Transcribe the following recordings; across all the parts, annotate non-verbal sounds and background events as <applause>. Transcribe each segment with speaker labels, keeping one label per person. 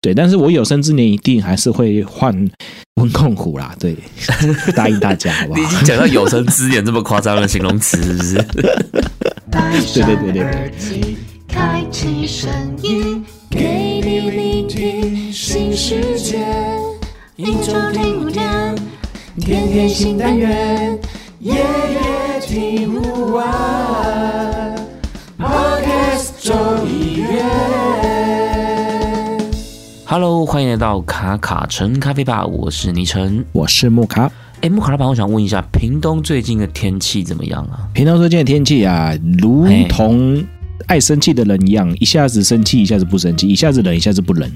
Speaker 1: 对，但是我有生之年一定还是会换 <laughs> 温控壶啦，对， <laughs> 答应大家好不
Speaker 2: <laughs> 你已
Speaker 1: 好？
Speaker 2: 经讲到有生之年这么夸张的形容词，是不是？
Speaker 3: 戴上
Speaker 1: 对对对对
Speaker 3: 耳机，开启声音，给你聆听新世界。一周听五天，天天新单元，夜夜听不完。Podcast 中医院。
Speaker 2: <laughs> Hello，欢迎来到卡卡城咖啡吧，我是倪晨。
Speaker 1: 我是木卡。
Speaker 2: 哎，木卡老板，我想问一下，屏东最近的天气怎么样啊？
Speaker 1: 平常最近的天气啊，如同爱生气的人一样，一下子生气，一下子不生气，一下子冷，一下子不冷。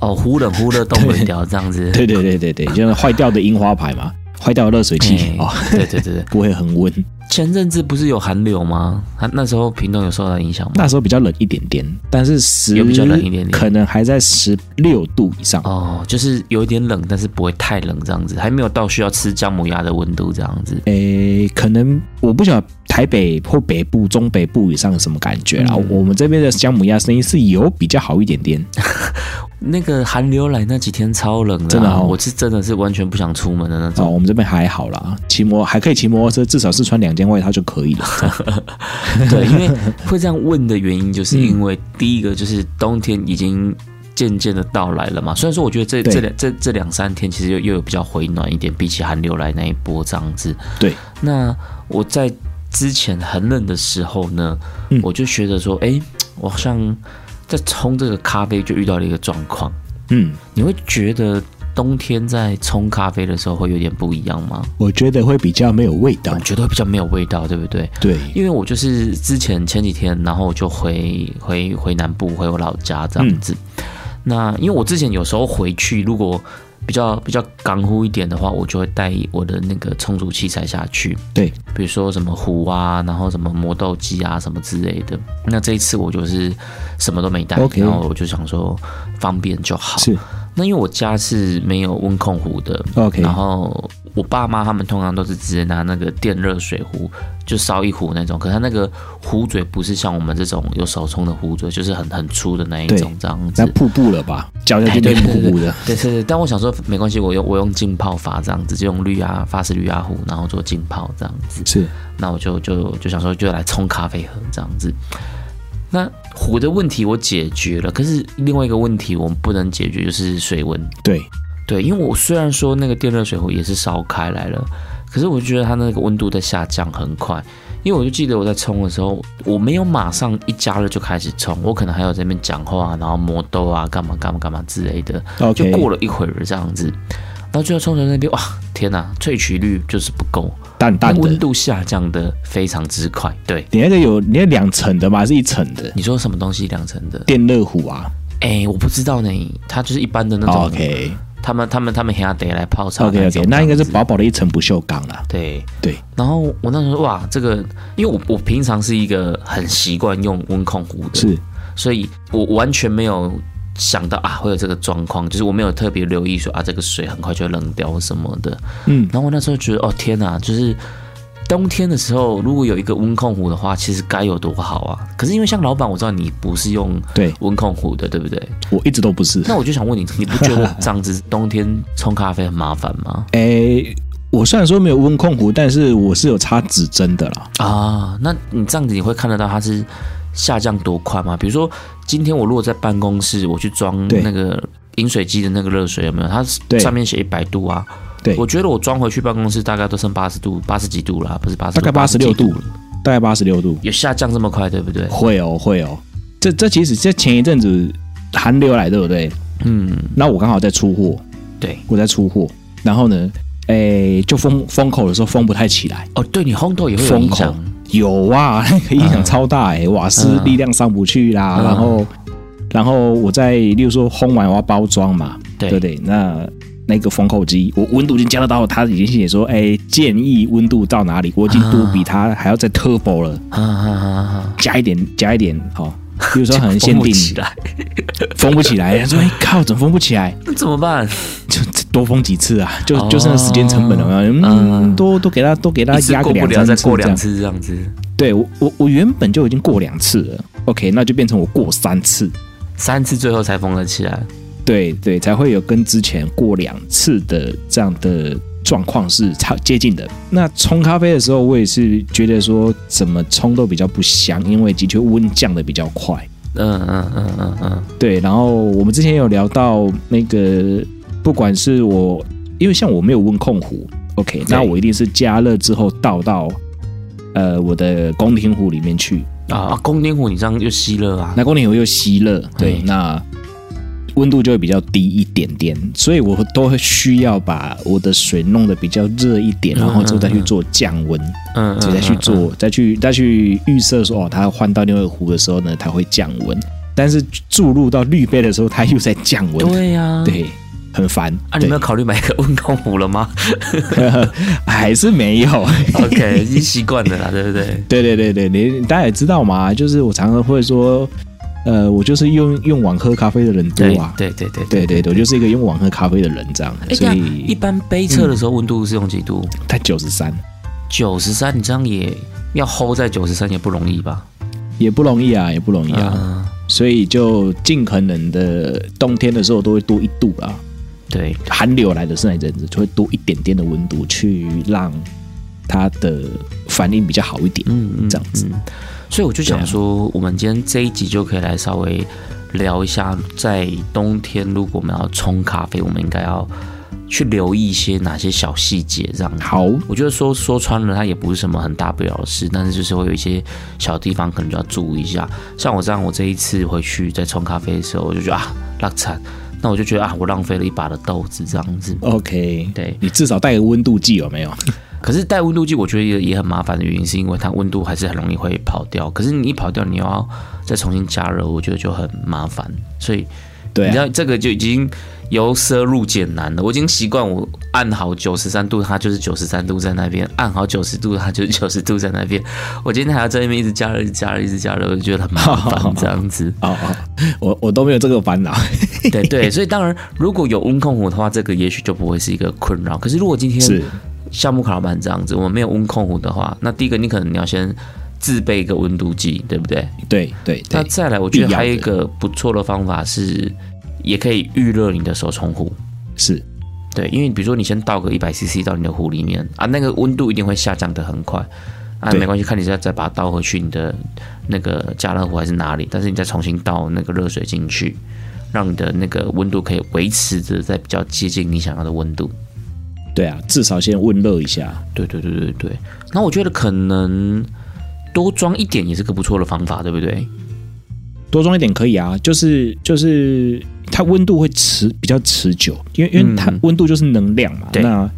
Speaker 2: 哦，忽冷忽热，冻不掉这样子。 <laughs>
Speaker 1: 对对对对对，就是坏掉的樱花牌嘛，坏掉的热水器
Speaker 2: 哎
Speaker 1: 哦，
Speaker 2: <laughs> 对对对对，
Speaker 1: 不会很温。
Speaker 2: 前阵子不是有寒流吗？他那时候屏东有受到影响吗？
Speaker 1: 那时候比较冷一点点，但是十
Speaker 2: 有比较冷一点点
Speaker 1: 可能还在十六度以上。
Speaker 2: 哦，就是有一点冷，但是不会太冷这样子，还没有到需要吃姜母鸭的温度这样子。
Speaker 1: 诶、可能我不晓得台北或北部、中北部以上有什么感觉啦。
Speaker 2: 嗯
Speaker 1: 我们这边的姜母鸭生意是有比较好一点
Speaker 2: <laughs>
Speaker 1: 点，
Speaker 2: 那个寒流来那几天超冷的、啊，
Speaker 1: 真的哦
Speaker 2: 我是真的是完全不想出门的那
Speaker 1: 哦，
Speaker 2: 种。
Speaker 1: 我们这边还好啦，骑摩还可以骑摩托车，至少是穿两件外套就可以了。这样 <laughs>
Speaker 2: <laughs> 对，因为会这样问的原因，就是因为第一个
Speaker 1: 嗯
Speaker 2: 就是冬天已经渐渐的到来了嘛。虽然说我觉得这
Speaker 1: 对
Speaker 2: 这两这这两三天其实又又有比较回暖一点，比起寒流来那一波这样子。
Speaker 1: 对，
Speaker 2: 那我在之前很冷的时候呢，
Speaker 1: 嗯
Speaker 2: 我就觉得说，哎、我好像在冲这个咖啡就遇到了一个状况。
Speaker 1: 嗯，
Speaker 2: 你会觉得冬天在冲咖啡的时候会有点不一样吗？
Speaker 1: 我觉得会比较没有味道
Speaker 2: 我。觉得会比较没有味道，对不对？
Speaker 1: 对，
Speaker 2: 因为我就是之前前几天，然后我就回回回南部，回我老家这样子。那因为我之前有时候回去，如果比较比较港乎一点的话，我就会带我的那个冲煮器材下去，
Speaker 1: 对，
Speaker 2: 比如说什么壶啊，然后什么磨豆机啊，什么之类的。那这一次我就是什么都没带
Speaker 1: OK
Speaker 2: 然后我就想说方便就好。
Speaker 1: 是
Speaker 2: 那因为我家是没有温控壶的
Speaker 1: OK
Speaker 2: 然后我爸妈他们通常都是直接拿那个电热水壶就烧一壶那种，可它那个壶嘴不是像我们这种有手冲的壶嘴，就是很很粗的那一种
Speaker 1: 对
Speaker 2: 这样
Speaker 1: 那
Speaker 2: 子。
Speaker 1: 瀑布了吧？脚下就
Speaker 2: 哎对
Speaker 1: 变
Speaker 2: 对
Speaker 1: 瀑
Speaker 2: 对
Speaker 1: 布的。
Speaker 2: 对对对，但我想说没关系，我用我用浸泡法这样子，就用绿啊法式绿啊壶，然后做浸泡这样子。
Speaker 1: 是
Speaker 2: 那我就就就想说就来冲咖啡喝这样子。那壶的问题我解决了，可是另外一个问题我们不能解决就是水温。
Speaker 1: 对，
Speaker 2: 对，因为我虽然说那个电热水壶也是烧开来了，可是我觉得它那个温度在下降很快。因为我就记得我在冲的时候，我没有马上一加热就开始冲，我可能还有在那边讲话，然后磨豆啊，干嘛干嘛干嘛之类的，就
Speaker 1: OK
Speaker 2: 过了一会儿这样子。然后最后冲到那边，哇，天哪，萃取率就是不够，
Speaker 1: 淡淡
Speaker 2: 那温
Speaker 1: 的。
Speaker 2: 度下降的非常之快。对，
Speaker 1: 你那个有你那两层的吗？还是一层的？
Speaker 2: 你说什么东西两成的？
Speaker 1: 电热壶啊
Speaker 2: 哎，我不知道呢，它就是一般的那种
Speaker 1: 哦？OK
Speaker 2: 他们他们他们黑得来泡茶
Speaker 1: OK
Speaker 2: 那种
Speaker 1: OK，那应该
Speaker 2: 这
Speaker 1: 是
Speaker 2: 样子
Speaker 1: 薄薄的一层不锈钢啦。
Speaker 2: 对。
Speaker 1: 对，
Speaker 2: 然后我那时候哇，这个因为我我平常是一个很习惯用温控壶的，
Speaker 1: 是
Speaker 2: 所以我完全没有想到啊会有这个状况，就是我没有特别留意说啊这个水很快就会冷掉什么的。
Speaker 1: 嗯
Speaker 2: 然后我那时候觉得哦天哪，就是冬天的时候如果有一个温控壶的话，其实该有多好啊！可是因为像老板，我知道你不是用
Speaker 1: 对
Speaker 2: 温控壶的，对不对？
Speaker 1: 我一直都不是。
Speaker 2: 那我就想问你，你不觉得这样子冬天冲咖啡很麻烦吗？
Speaker 1: 诶、我虽然说没有温控壶，但是我是有插指针的啦。
Speaker 2: 啊，那你这样子你会看得到它是下降多快吗？比如说，今天我如果在办公室，我去装
Speaker 1: 对
Speaker 2: 那个饮水机的那个热水，有没有？它是
Speaker 1: 对
Speaker 2: 上面写一百度啊。
Speaker 1: 对
Speaker 2: 我觉得我装回去办公室大概都剩八十度、八十几度啦，不是八十，
Speaker 1: 大概
Speaker 2: 80几
Speaker 1: 86度
Speaker 2: 了
Speaker 1: 大概八十六度，
Speaker 2: 有下降这么快，对不对？
Speaker 1: 会哦，会哦。这这其实这前一阵子寒流来，对不对？
Speaker 2: 嗯，
Speaker 1: 那我刚好在出货，
Speaker 2: 对。
Speaker 1: 我在出货，然后呢，诶、就封封口的时候封不太起来，
Speaker 2: 哦，对你烘豆也会有
Speaker 1: 封
Speaker 2: 影
Speaker 1: 口
Speaker 2: 响。
Speaker 1: 有啊， <laughs> 那个影响超大诶、瓦斯
Speaker 2: 嗯
Speaker 1: 力量上不去啦，
Speaker 2: 嗯
Speaker 1: 然后然后我在例如说烘完我要包装嘛，
Speaker 2: 对
Speaker 1: 对不对？那那个封口机，我温度已经加到到，它已经写说，哎，建议温度到哪里，我已经多比它还要再 turbo 了，
Speaker 2: 哈哈哈哈！
Speaker 1: 加一点，加一点，好、比如说很限
Speaker 2: 封不
Speaker 1: 定，
Speaker 2: 起来，
Speaker 1: 封不起来，他说，哎靠，怎么封不起来？
Speaker 2: 那怎么办？
Speaker 1: 就就多封几次啊，就
Speaker 2: 哦
Speaker 1: 就剩时间成本了嘛，嗯，
Speaker 2: 嗯
Speaker 1: 多多给他多给他
Speaker 2: 一次
Speaker 1: 压个
Speaker 2: 过不
Speaker 1: 两三
Speaker 2: 了，再
Speaker 1: 次
Speaker 2: 过
Speaker 1: 这
Speaker 2: 两
Speaker 1: 样。
Speaker 2: 次这样子，
Speaker 1: 对我我我原本就已经过两次了，OK，那就变成我过三次，
Speaker 2: 三次最后才封了起来。
Speaker 1: 对对，才会有跟之前过两次的这样的状况是差接近的。那冲咖啡的时候，我也是觉得说怎么冲都比较不香，因为的确温降的比较快。
Speaker 2: 嗯嗯嗯嗯嗯，
Speaker 1: 对，然后我们之前有聊到那个，不管是我，因为像我没有温控壶，OK，那我一定是加热之后倒到呃我的宫廷壶里面去。
Speaker 2: 啊，宫廷壶你这样又吸热啊，
Speaker 1: 那宫廷壶又吸热，对，
Speaker 2: 嗯
Speaker 1: 那温度就会比较低一点点，所以我都会需要把我的水弄得比较热一点，
Speaker 2: 嗯
Speaker 1: 然后之后再去
Speaker 2: 嗯嗯
Speaker 1: 做降温，
Speaker 2: 嗯，嗯
Speaker 1: 所以再去，
Speaker 2: 嗯
Speaker 1: 做，再去再去预设说，哦，它换到另外一个壶的时候呢，它会降温，但是注入到滤杯的时候，它又在降
Speaker 2: 嗯
Speaker 1: 温，
Speaker 2: 对呀，
Speaker 1: 对，很烦。
Speaker 2: 啊，你
Speaker 1: 对
Speaker 2: 们有考虑买一个温控壶
Speaker 1: <laughs>
Speaker 2: 了吗
Speaker 1: 还是没有。 <laughs>
Speaker 2: ？OK，已经习惯了啦，对不对？
Speaker 1: 对对对对，你大家也知道嘛，就是我常常会说，呃，我就是用用网喝咖啡的人多
Speaker 2: 对
Speaker 1: 啊。
Speaker 2: 对对对
Speaker 1: <laughs> 对对对，我就是一个用网喝咖啡的人这样，
Speaker 2: 哎，
Speaker 1: 所
Speaker 2: 等一下一
Speaker 1: 以
Speaker 2: 般杯测的时候温度是用几度？
Speaker 1: 他九十三
Speaker 2: 九十三，你这样也要 hold 在九十三也不容易吧？
Speaker 1: 也不容易啊，也不容易啊，
Speaker 2: 嗯，
Speaker 1: 所以就尽可能的冬天的时候都会多一度啦，
Speaker 2: 对，
Speaker 1: 寒流来的是那一阵子就会多一点点的温度去让它的反应比较好一点。
Speaker 2: 嗯嗯，
Speaker 1: 这样子
Speaker 2: 嗯。所以我就想
Speaker 1: 对啊
Speaker 2: 说，我们今天这一集就可以来稍微聊一下，在冬天如果我们要冲咖啡，我们应该要去留意一些哪些小细节，这样子。
Speaker 1: 好，
Speaker 2: 我觉得说说穿了，它也不是什么很大不了的事，但是就是会有一些小地方可能就要注意一下。像我这样，我这一次回去在冲咖啡的时候，我就觉得啊，落惨，那我就觉得啊，我浪费了一把的豆子这样子。
Speaker 1: OK，
Speaker 2: 对，
Speaker 1: 你至少带个温度计有
Speaker 2: <laughs>
Speaker 1: 没有？
Speaker 2: 可是带温度计，我觉得也也很麻烦的原因，是因为它温度还是很容易会跑掉。可是你一跑掉，你又要再重新加热，我觉得就很麻烦。所以
Speaker 1: 对、
Speaker 2: 你知
Speaker 1: 啊，
Speaker 2: 道这个就已经由奢入俭难了。我已经习惯我按好九十三度，它就是九十三度在那边；按好九十度，它就是九十度在那边。我今天还要在那边一直加热、一直加热、一直加热，我就觉得很麻
Speaker 1: <laughs>
Speaker 2: 烦这样子。
Speaker 1: 哦哦，我我都没有这个烦恼。 <laughs>
Speaker 2: 对对，所以当然如果有温控壶的话，这个也许就不会是一个困扰。可是如果今天
Speaker 1: 是
Speaker 2: 像木卡老板这样子，我们没有温控壶的话，那第一个你可能你要先自备一个温度计，对不对？
Speaker 1: 对对
Speaker 2: 那
Speaker 1: 对，
Speaker 2: 再来，我
Speaker 1: 必
Speaker 2: 觉得
Speaker 1: 要的
Speaker 2: 还有一个不错的方法是，也可以预热你的手冲壶。
Speaker 1: 是
Speaker 2: 对，因为比如说你先倒个一百 CC 到你的壶里面啊，那个温度一定会下降的很快啊，
Speaker 1: 对
Speaker 2: 没关系，看你再再把它倒回去你的那个加热壶还是哪里，但是你再重新倒那个热水进去，让你的那个温度可以维持着在比较接近你想要的温度。
Speaker 1: 对啊，至少先温热一下。
Speaker 2: 对对对对对。那我觉得可能多装一点也是个不错的方法，对不对？
Speaker 1: 多装一点可以啊，就是就是它温度会持比较持久，因为因为它
Speaker 2: 嗯
Speaker 1: 温度就是能量嘛。
Speaker 2: 对
Speaker 1: 那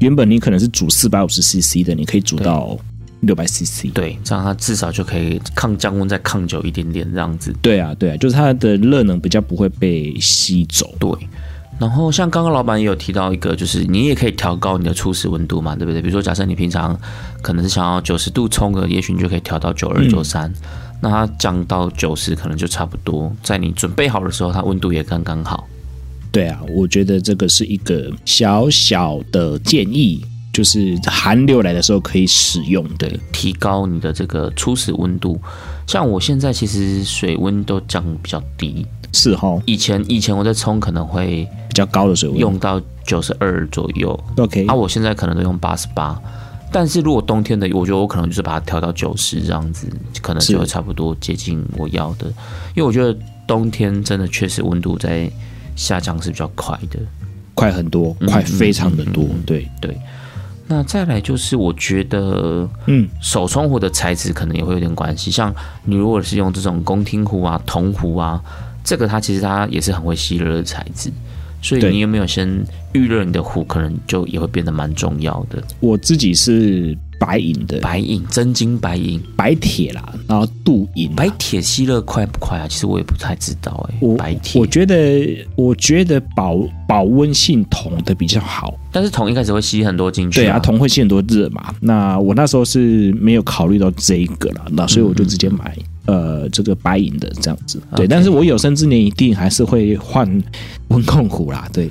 Speaker 1: 原本你可能是煮四百五十 CC 的，你可以煮到六百 CC。
Speaker 2: 对，这样它至少就可以抗降温再抗久一点点这样子。
Speaker 1: 对啊，对啊，就是它的热能比较不会被吸走。
Speaker 2: 对。然后像刚刚老板也有提到一个，就是你也可以调高你的初始温度嘛，对不对？比如说，假设你平常可能是想要九十度冲个，也许你就可以调到九二、九三，那它降到九十可能就差不多，在你准备好的时候，它温度也刚刚好。
Speaker 1: 对啊，我觉得这个是一个小小的建议，就是寒流来的时候可以使用的。
Speaker 2: 对，提高你的这个初始温度。像我现在其实水温都降比较低，
Speaker 1: 是哈，
Speaker 2: 以前以前我在冲可能会
Speaker 1: 比较高的水温
Speaker 2: 用到九十二左右，
Speaker 1: OK，、
Speaker 2: 啊，我现在可能都用八十八，但是如果冬天的，我觉得我可能就是把它调到九十这样子，可能
Speaker 1: 是
Speaker 2: 就会差不多接近我要的。因为我觉得冬天真的确实温度在下降是比较快的。
Speaker 1: 快很多，
Speaker 2: 嗯
Speaker 1: 快非常的多。
Speaker 2: 嗯嗯嗯
Speaker 1: 对，
Speaker 2: 那再来就是，我觉得
Speaker 1: 嗯，
Speaker 2: 手冲壶的材质可能也会有点关系。像你如果是用这种宫廷壶啊、铜壶啊，这个它其实它也是很会吸热的材质，所以
Speaker 1: 对
Speaker 2: 你有没有先预热你的壶，可能就也会变得蛮重要的。
Speaker 1: 我自己是白银的，
Speaker 2: 白银、真金白银，
Speaker 1: 白铁啦，然后镀银啊，
Speaker 2: 白铁吸热快不快啊？其实我也不太知道哎、
Speaker 1: 我
Speaker 2: 白铁
Speaker 1: 我，觉得，我觉得保保温性铜的比较好。
Speaker 2: 但是铜一开始会吸很多进去、
Speaker 1: 对啊，铜会吸很多热嘛。那我那时候是没有考虑到这一个啦，那所以我就直接买、呃这个白银的这样子。对
Speaker 2: 嗯 OK
Speaker 1: 但是我有生之年一定还是会换 <laughs> 温控壶啦。
Speaker 2: <laughs>
Speaker 1: 对，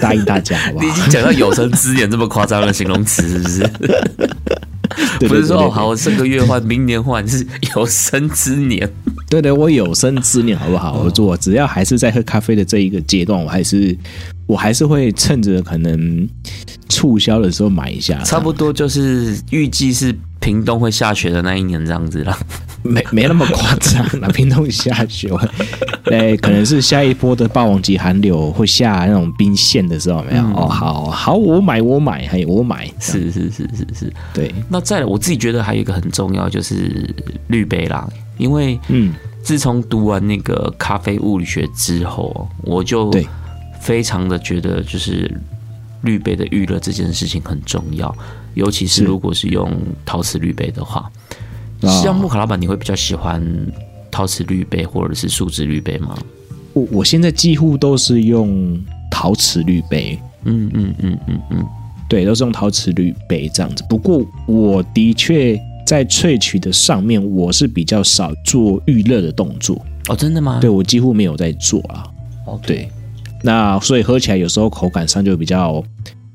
Speaker 1: 答应大家好不
Speaker 2: <laughs> 你已
Speaker 1: 好？
Speaker 2: 经讲到有生之年这么夸张的形容词，是不是？
Speaker 1: <laughs> 对
Speaker 2: 不
Speaker 1: 对对
Speaker 2: 是说
Speaker 1: 对 <laughs>
Speaker 2: 哦，好，我这个月换，明年换，是有生之年。
Speaker 1: 对对，我有生之年好不
Speaker 2: 哦
Speaker 1: 好？我做只要还是在喝咖啡的这一个阶段，我还是我还是会趁着可能促销的时候买一下，
Speaker 2: 差不多就是预计是屏东会下雪的那一年这样子啦。 <laughs>
Speaker 1: 没没那么夸张啦，冰冻下雪，我哎，可能是下一波的霸王级寒流会下那种冰线的时候，有没有？哦，好好，我买我买，嘿，我买，这样
Speaker 2: 嗯是是是是是。
Speaker 1: 对，
Speaker 2: 那再来，我自己觉得还有一个很重要就是绿杯啦，因为
Speaker 1: 嗯，
Speaker 2: 自从读完那个咖啡物理学之后，我就
Speaker 1: 对
Speaker 2: 非常的觉得就是滤杯的预热这件事情很重要，尤其是
Speaker 1: 是
Speaker 2: 如果是用陶瓷滤杯的话，
Speaker 1: 哦
Speaker 2: 像木卡老板，你会比较喜欢陶瓷滤杯或者是树脂滤杯吗？
Speaker 1: 我我现在几乎都是用陶瓷滤杯，
Speaker 2: 嗯嗯嗯嗯嗯，
Speaker 1: 对，都是用陶瓷滤杯这样子。不过我的确在萃取的上面，我是比较少做预热的动作，
Speaker 2: 哦，真的吗？
Speaker 1: 对我几乎没有在做啊。
Speaker 2: 哦，
Speaker 1: 对，那所以喝起来有时候口感上就比较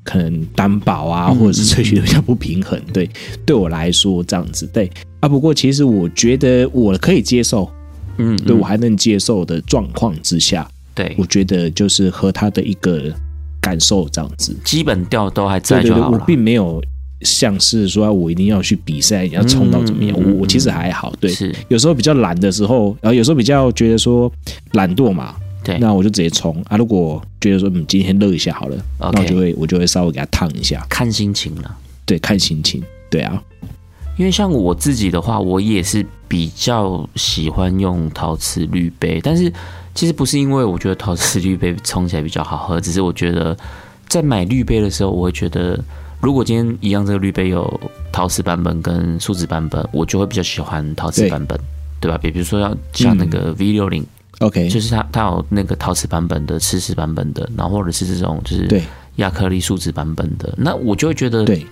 Speaker 1: 可能单薄啊，
Speaker 2: 嗯
Speaker 1: 或者是萃取的比较不平衡。对，对我来说这样子，对啊。不过其实我觉得我可以接受，
Speaker 2: 嗯，
Speaker 1: 对
Speaker 2: 嗯
Speaker 1: 我还能接受的状况之下，
Speaker 2: 对
Speaker 1: 我，觉得就是喝它的一个感受这样子。
Speaker 2: 基本调都还
Speaker 1: 对
Speaker 2: 在
Speaker 1: 对
Speaker 2: 就
Speaker 1: 对，
Speaker 2: 好
Speaker 1: 我
Speaker 2: 了。
Speaker 1: 并没有像是说我一定要去比赛，要冲到怎么样。
Speaker 2: 嗯嗯嗯
Speaker 1: 我我其实还好，对。
Speaker 2: 是，
Speaker 1: 有时候比较懒的时候，然后有时候比较觉得说懒惰嘛，
Speaker 2: 对，
Speaker 1: 那我就直接冲啊。如果觉得说嗯今天热一下好了
Speaker 2: OK
Speaker 1: 那我就会我就会稍微给它烫一下，
Speaker 2: 看心情了。
Speaker 1: 对，看心情，对啊，
Speaker 2: 因为像我自己的话，我也是比较喜欢用陶瓷滤杯，但是其实不是因为我觉得陶瓷滤杯冲起来比较好喝，只是我觉得在买滤杯的时候，我会觉得如果今天一样这个滤杯有陶瓷版本跟树脂版本，我就会比较喜欢陶瓷
Speaker 1: 对嗯
Speaker 2: 版本，对吧？比比如说要像那个 V 六零，
Speaker 1: ，OK，
Speaker 2: 就是它它有那个陶瓷版本的、瓷实版本的，然后或者是这种就是
Speaker 1: 对
Speaker 2: 亚克力树脂版本的，那我就会觉得
Speaker 1: 对，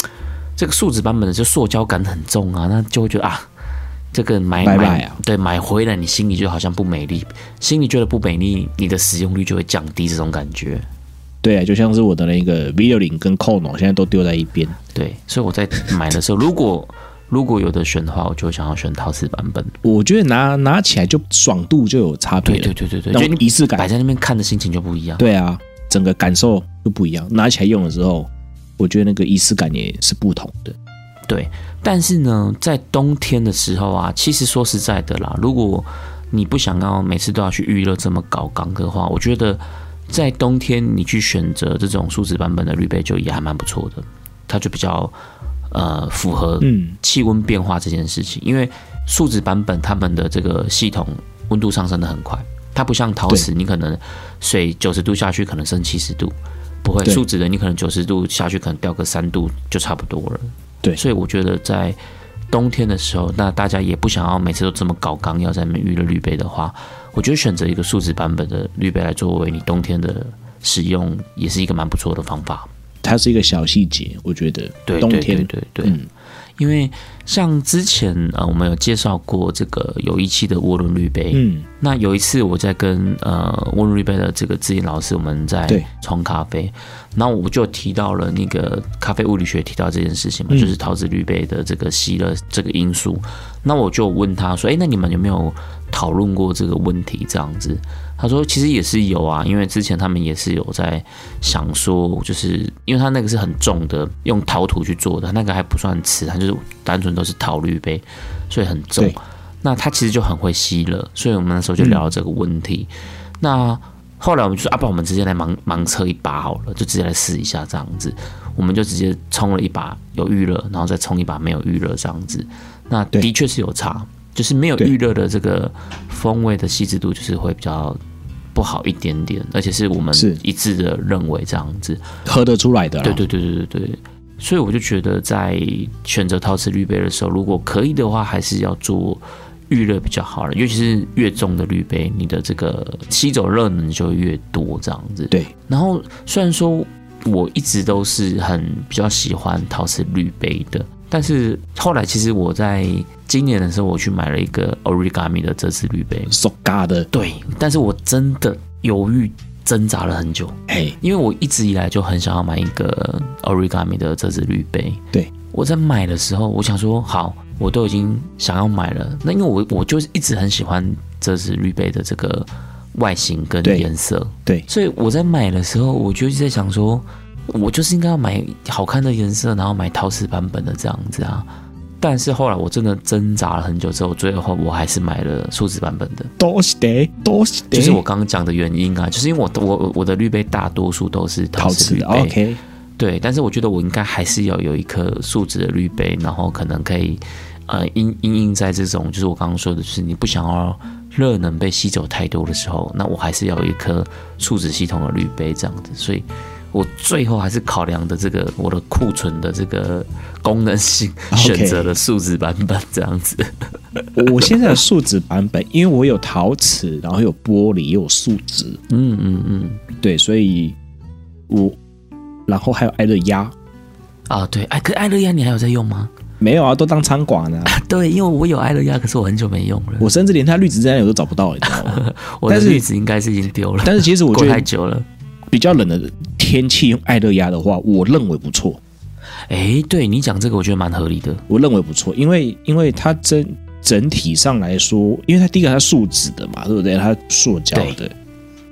Speaker 2: 这个树脂版本的就塑胶感很重啊，那就会觉得啊，这个买
Speaker 1: 拜拜
Speaker 2: 买
Speaker 1: 啊
Speaker 2: 对买回来，你心里就好像不美丽，心里觉得不美丽，你的使用率就会降低，这种感觉。
Speaker 1: 对啊，就像是我的那个 V 六零跟 Kono 现在都丢在一边，
Speaker 2: 对，所以我在买的时候，如果 <laughs> 如果有的选的话，我就会想要选陶瓷版本。
Speaker 1: 我觉得拿拿起来就爽度就有差别
Speaker 2: 对
Speaker 1: 了，
Speaker 2: 对对对对，
Speaker 1: 那
Speaker 2: 就
Speaker 1: 种
Speaker 2: 你
Speaker 1: 仪式
Speaker 2: 摆
Speaker 1: 感，
Speaker 2: 在那边看的心情就不一样。
Speaker 1: 对啊，整个感受就不一样，拿起来用的时候，我觉得那个仪式感也是不同的，
Speaker 2: 但是呢，在冬天的时候啊，其实说实在的啦，如果你不想要每次都要去预热这么高刚的话，我觉得在冬天你去选择这种树脂版本的滤杯就也还蛮不错的，它就比较呃符合
Speaker 1: 嗯，
Speaker 2: 气温变化这件事情，因为树脂版本他们的这个系统温度上升的很快，它不像陶瓷，你可能水九十度下去可能升七十度，不会
Speaker 1: 对
Speaker 2: 树脂的你可能九十度下去可能掉个三度就差不多了。
Speaker 1: 对
Speaker 2: 所以我觉得在冬天的时候，那大家也不想要每次都这么搞刚要在那边预热滤杯的话，我觉得选择一个树脂版本的滤杯来作为你冬天的使用，也是一个蛮不错的方法。
Speaker 1: 它是一个小细节，我觉得，
Speaker 2: 对
Speaker 1: 冬
Speaker 2: 对对
Speaker 1: 天，
Speaker 2: 对对，
Speaker 1: 嗯
Speaker 2: 因为像之前呃，我们有介绍过这个有一期的涡轮滤杯，
Speaker 1: 嗯，
Speaker 2: 那有一次我在跟呃涡轮滤杯的这个志颖老师，我们在
Speaker 1: 对
Speaker 2: 冲咖啡，然后我就提到了那个咖啡物理学提到这件事情嘛，
Speaker 1: 嗯
Speaker 2: 就是陶瓷滤杯的这个吸热这个因素，那我就问他说，哎，那你们有没有讨论过这个问题？这样子，他说其实也是有啊，因为之前他们也是有在想说，就是因为他那个是很重的，用陶土去做的，那个还不算瓷，它就是单纯都是陶滤杯，所以很重
Speaker 1: 对。
Speaker 2: 那它其实就很会吸热，所以我们那时候就聊到这个问题。那后来我们就说，啊，不然我们直接来盲盲测一把好了，就直接来试一下这样子。我们就直接冲了一把有预热，然后再冲一把没有预热这样子。那
Speaker 1: 对
Speaker 2: 的确是有差，就是没有
Speaker 1: 对
Speaker 2: 预热的这个风味的细致度，就是会比较不好一点点，而且是我们
Speaker 1: 是
Speaker 2: 一致的认为这样子。
Speaker 1: 喝得出来的啦，
Speaker 2: 对对对对对对。所以我就觉得，在选择陶瓷滤杯的时候，如果可以的话，还是要做预热比较好了。尤其是越重的滤杯，你的这个吸走热能就会越多，这样子。
Speaker 1: 对。
Speaker 2: 然后虽然说我一直都是很比较喜欢陶瓷滤杯的，但是后来其实我在今年的时候，我去买了一个 Origami 的折纸滤杯。
Speaker 1: 手嘎的，
Speaker 2: 对，但是我真的犹豫挣扎了很久。
Speaker 1: 哎，
Speaker 2: 因为我一直以来就很想要买一个 Origami 的折纸滤杯。
Speaker 1: 对，
Speaker 2: 我在买的时候，我想说好，我都已经想要买了。那因为我我就是一直很喜欢这支绿杯的这个外形跟
Speaker 1: 对
Speaker 2: 颜色，
Speaker 1: 对
Speaker 2: 所以我在买的时候，我就一直在想说，我就是应该要买好看的颜色，然后买陶瓷版本的这样子啊。但是后来我真的挣扎了很久之后，最后我还是买了树脂版本的，
Speaker 1: 都是的，都是的，
Speaker 2: 就是我刚刚讲的原因啊，就是因为我我我的滤杯大多数都是陶
Speaker 1: 陶
Speaker 2: 瓷哎
Speaker 1: 瓷
Speaker 2: 滤
Speaker 1: 的哦
Speaker 2: 杯
Speaker 1: ，OK，
Speaker 2: 对，但是我觉得我应该还是要有一颗树脂的滤杯，然后可能可以呃因因应在这种就是我刚刚说的，就是你不想要热能被吸走太多的时候，那我还是要有一颗树脂系统的滤杯这样子，所以。我最后还是考量的这个我的库存的这个功能性
Speaker 1: <laughs> OK
Speaker 2: 选择了树脂版本这样子，
Speaker 1: 我我现在的树脂版本，因为我有陶瓷，然后有玻璃，也有树脂，
Speaker 2: 嗯嗯嗯，
Speaker 1: 对，所以我然后还有爱乐压，
Speaker 2: 啊对，哎，可艾乐亚你还有在用吗？ <laughs>
Speaker 1: 没有啊，都当餐馆呢、
Speaker 2: 对，因为我有艾乐亚，可是我很久没用了，
Speaker 1: 我甚至连它绿植在哪里我都找不到，你知道吗？
Speaker 2: 我的
Speaker 1: 但是
Speaker 2: 例子应该是已经丢了，
Speaker 1: 但是其实我
Speaker 2: 过
Speaker 1: 觉
Speaker 2: 太
Speaker 1: 得
Speaker 2: 久了。
Speaker 1: 比较冷的天气用爱乐压的话，我认为不错，
Speaker 2: 哎，对你讲这个，我觉得蛮合理的。
Speaker 1: 我认为不错，因为因为它整整体上来说，因为它第一个它树脂的嘛，对不对？它塑胶的，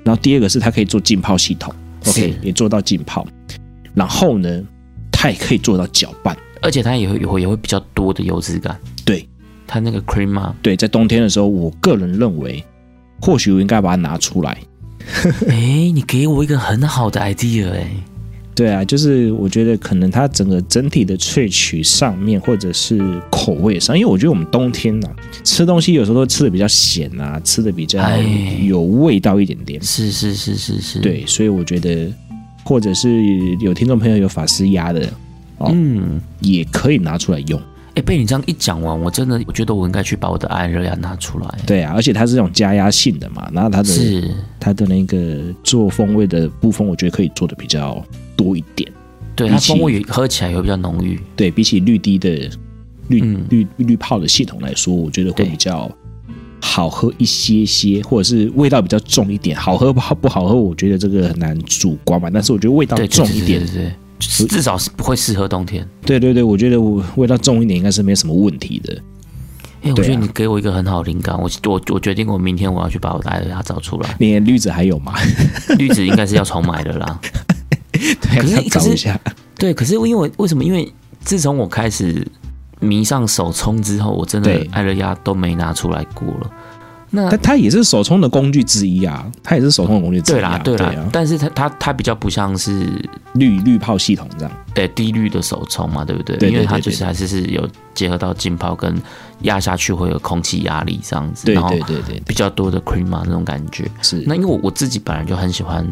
Speaker 1: 然后第二个是它可以做浸泡系统，OK，
Speaker 2: 是
Speaker 1: 也做到浸泡，然后呢，它也可以做到搅拌，
Speaker 2: 而且它也会也会也会比较多的油脂感。
Speaker 1: 对，
Speaker 2: 它那个 cream 啊， <laughs>
Speaker 1: 对，在冬天的时候，我个人认为，或许我应该把它拿出来。
Speaker 2: 哎，你给我一个很好的 idea 哎，
Speaker 1: 对啊，就是我觉得可能它整个整体的萃取上面，或者是口味上，因为我觉得我们冬天呐、吃东西有时候都吃的比较咸啊，吃的比较
Speaker 2: 哎
Speaker 1: 有味道一点点。
Speaker 2: 是是是是是，，
Speaker 1: 对，所以我觉得，或者是有听众朋友有法师鸭的，
Speaker 2: 嗯，
Speaker 1: 也可以拿出来用。
Speaker 2: 哎，被你这样一讲完，我真的我觉得我应该去把我的艾热亚拿出来。
Speaker 1: 对啊，而且它是这种加压性的嘛，然后它的
Speaker 2: 是，
Speaker 1: 它的那个做风味的部分，我觉得可以做的比较多一点。
Speaker 2: 对，
Speaker 1: 比
Speaker 2: 它
Speaker 1: 起
Speaker 2: 风味也喝起来也会比较浓郁。
Speaker 1: 对比起绿滴的绿、
Speaker 2: 嗯
Speaker 1: 绿绿泡的系统来说，我觉得会
Speaker 2: 对
Speaker 1: 比较好喝一些些，或者是味道比较重一点。好喝不好不好喝，我觉得这个很难主观嘛。但是我觉得味道
Speaker 2: 对，对
Speaker 1: 重一点
Speaker 2: 对，对对对，就是至少是不会适合冬天。
Speaker 1: 对对对，我觉得我味道重一点应该是没什么问题的。
Speaker 2: 哎，我
Speaker 1: 对啊
Speaker 2: 觉得你给我一个很好的灵感，我我我决定我明天我要去把我的艾热亚找出来。 <laughs>
Speaker 1: 你的绿子还有吗？
Speaker 2: 绿子应该是要重买的啦。
Speaker 1: <laughs> 对，
Speaker 2: 可是
Speaker 1: 要
Speaker 2: 可
Speaker 1: 找
Speaker 2: 是嗯
Speaker 1: 一下。
Speaker 2: 对，可是因为我为什么？因为自从我开始迷上手冲之后，我真的
Speaker 1: 对
Speaker 2: 艾乐压都没拿出来过了。那
Speaker 1: 但它也是手冲的工具之一啊，它也是手冲的工具之一
Speaker 2: 对
Speaker 1: 啊。
Speaker 2: 啦，对啦，
Speaker 1: 啊，
Speaker 2: 但是它它它比较不像是
Speaker 1: 绿绿泡系统这样。
Speaker 2: 呃低滤的手冲嘛，对不对？
Speaker 1: 对对
Speaker 2: 因为它
Speaker 1: 对对
Speaker 2: 就是还是是有结合到浸泡跟压下去会有空气压力这样子，
Speaker 1: 对
Speaker 2: 然后
Speaker 1: 对对对，
Speaker 2: 比较多的 cream 啊那种感觉。
Speaker 1: 是。
Speaker 2: 那因为我我自己本来就很喜欢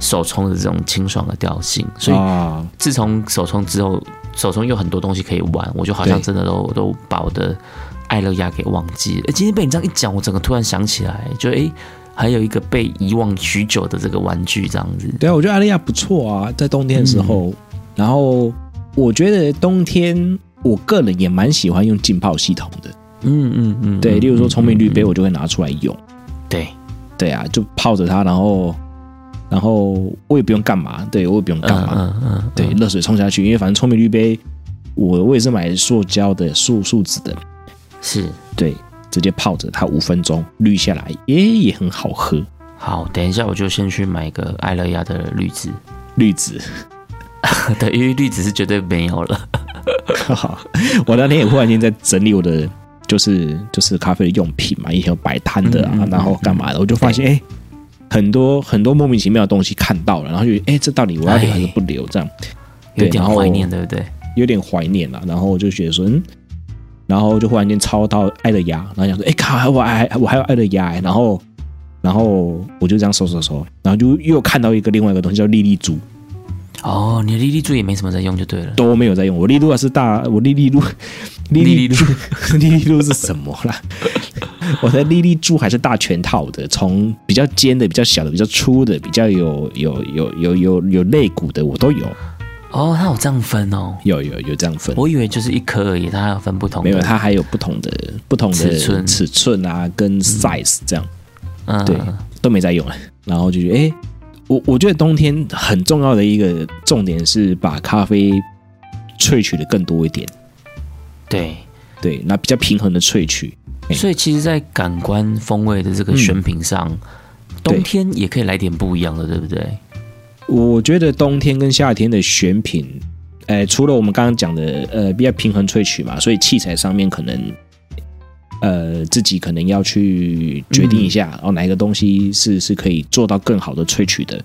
Speaker 2: 手冲的这种清爽的调性，所以
Speaker 1: 啊，
Speaker 2: 自从手冲之后，手冲有很多东西可以玩，我就好像
Speaker 1: 对
Speaker 2: 真的都都把我的爱乐压给忘记了。诶今天被你这样一讲，我整个突然想起来，就诶，还有一个被遗忘许久的这个玩具，这样子。
Speaker 1: 对啊，我觉得阿利亚不错啊，在冬天的时候。
Speaker 2: 嗯
Speaker 1: 然后我觉得冬天，我个人也蛮喜欢用浸泡系统的。
Speaker 2: 嗯嗯嗯，
Speaker 1: 对，
Speaker 2: 嗯
Speaker 1: 例如说
Speaker 2: 嗯
Speaker 1: 聪明绿杯，
Speaker 2: 嗯
Speaker 1: 我就会拿出来用。
Speaker 2: 对，
Speaker 1: 对啊，就泡着它，然后然后我也不用干嘛，对我也不用干
Speaker 2: 嗯
Speaker 1: 嘛，
Speaker 2: 嗯嗯，
Speaker 1: 对，热水冲下去，因为反正聪明绿杯，我我也是买塑胶的树树脂的，
Speaker 2: 是
Speaker 1: 对，直接泡着它五分钟滤下来，也也很好喝，
Speaker 2: 好。等一下，我就先去买个爱乐压的绿子，
Speaker 1: 绿子。
Speaker 2: <laughs> 对，因为绿子是绝对没有了。
Speaker 1: 好， <laughs> 我那天也忽然间在整理我的，就是就是咖啡的用品嘛，以前有摆摊的啊，
Speaker 2: 嗯嗯嗯
Speaker 1: 然后干嘛的，我就发现哎、诶很多很多莫名其妙的东西看到了，然后就哎、诶这到底我要留还是不留？这样
Speaker 2: 有
Speaker 1: 对
Speaker 2: 点
Speaker 1: 然后
Speaker 2: 怀念，对不对？
Speaker 1: 有点怀念了，然后我就觉得说嗯。然后就忽然间抄到爱的牙，然后想说，哎、靠，我还我还有爱的牙、诶然后，然后我就这样搜搜搜，然后就又看到一个另外一个东西叫莉莉珠，
Speaker 2: 哦，你的莉莉珠也没什么在用，就对了。
Speaker 1: 都没有在用。我莉莉露是大，我莉莉露，莉
Speaker 2: 莉莉
Speaker 1: 珠， <laughs> 莉莉露是什么啦？我的莉莉珠还是大全套的，从比较尖的、比较小的、比较粗的、比较有有有有有有肋骨的，我都有，
Speaker 2: 哦，它有这样分哦。
Speaker 1: 有有有这样分。
Speaker 2: 我以为就是一颗而已，它还要分不同的。
Speaker 1: 没有，它还有不同的不同的
Speaker 2: 尺寸
Speaker 1: 尺寸啊，跟 size 这样、
Speaker 2: 嗯，
Speaker 1: 对都没在用了。然后就觉得，哎，我我觉得冬天很重要的一个重点是把咖啡萃取的更多一点。
Speaker 2: 对，
Speaker 1: 对，那比较平衡的萃取，哎
Speaker 2: 所以其实，在感官风味的这个选品上，
Speaker 1: 嗯对
Speaker 2: 冬天也可以来点不一样的，对不对？
Speaker 1: 我觉得冬天跟夏天的选品，呃，除了我们刚刚讲的呃比较平衡萃取嘛，所以器材上面可能呃自己可能要去决定一下，哦哪一个东西是是可以做到更好的萃取的，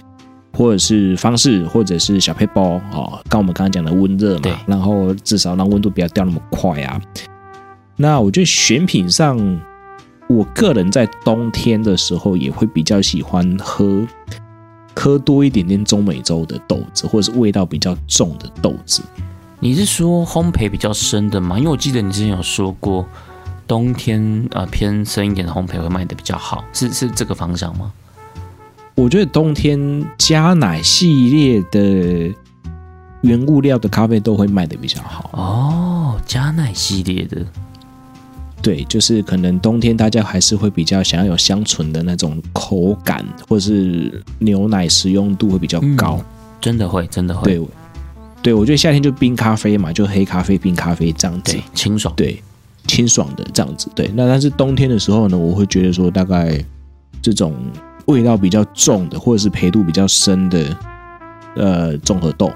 Speaker 1: 或者是方式，或者是小配包哦，刚我们刚刚讲的温热
Speaker 2: 对
Speaker 1: 嘛，然后至少让温度不要掉那么快啊。那我觉得选品上，我个人在冬天的时候也会比较喜欢喝喝多一点点中美洲的豆子，或者是味道比较重的豆子。
Speaker 2: 你是说烘焙比较深的吗？因为我记得你之前有说过，冬天呃偏深一点的烘焙会卖的比较好，是是这个方向吗？
Speaker 1: 我觉得冬天加奶系列的原物料的咖啡豆会卖的比较好。
Speaker 2: 哦，加奶系列的，
Speaker 1: 对，就是可能冬天大家还是会比较想要有香醇的那种口感，或是牛奶食用度会比较高。
Speaker 2: 真的会，真的会，
Speaker 1: 对，对我觉得夏天就冰咖啡嘛，就黑咖啡、冰咖啡这样子
Speaker 2: 对，，清爽，
Speaker 1: 对，清爽的这样子。对，那但是冬天的时候呢，我会觉得说，大概这种味道比较重的，或者是焙度比较深的，呃，综合豆，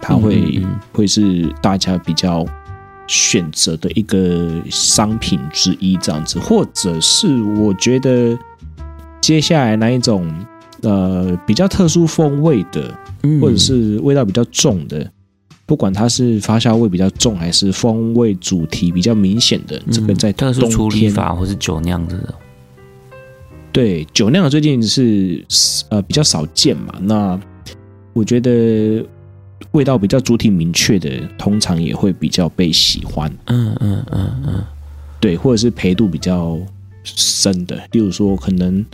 Speaker 1: 它会
Speaker 2: 嗯嗯嗯
Speaker 1: 会是大家比较选择的一个商品之一，这样子，或者是我觉得接下来那一种呃比较特殊风味的，
Speaker 2: 嗯
Speaker 1: 或者是味道比较重的，不管它是发酵味比较重，还是风味主题比较明显的，这个
Speaker 2: 嗯
Speaker 1: 在
Speaker 2: 特殊处
Speaker 1: 冬
Speaker 2: 理
Speaker 1: 天
Speaker 2: 法或是酒酿制的，
Speaker 1: 对酒酿的最近是呃比较少见嘛，那我觉得味道比较主体明确的，通常也会比较被喜欢，
Speaker 2: 嗯嗯嗯嗯，
Speaker 1: 对，或者是陪度比较深的，例如说可能。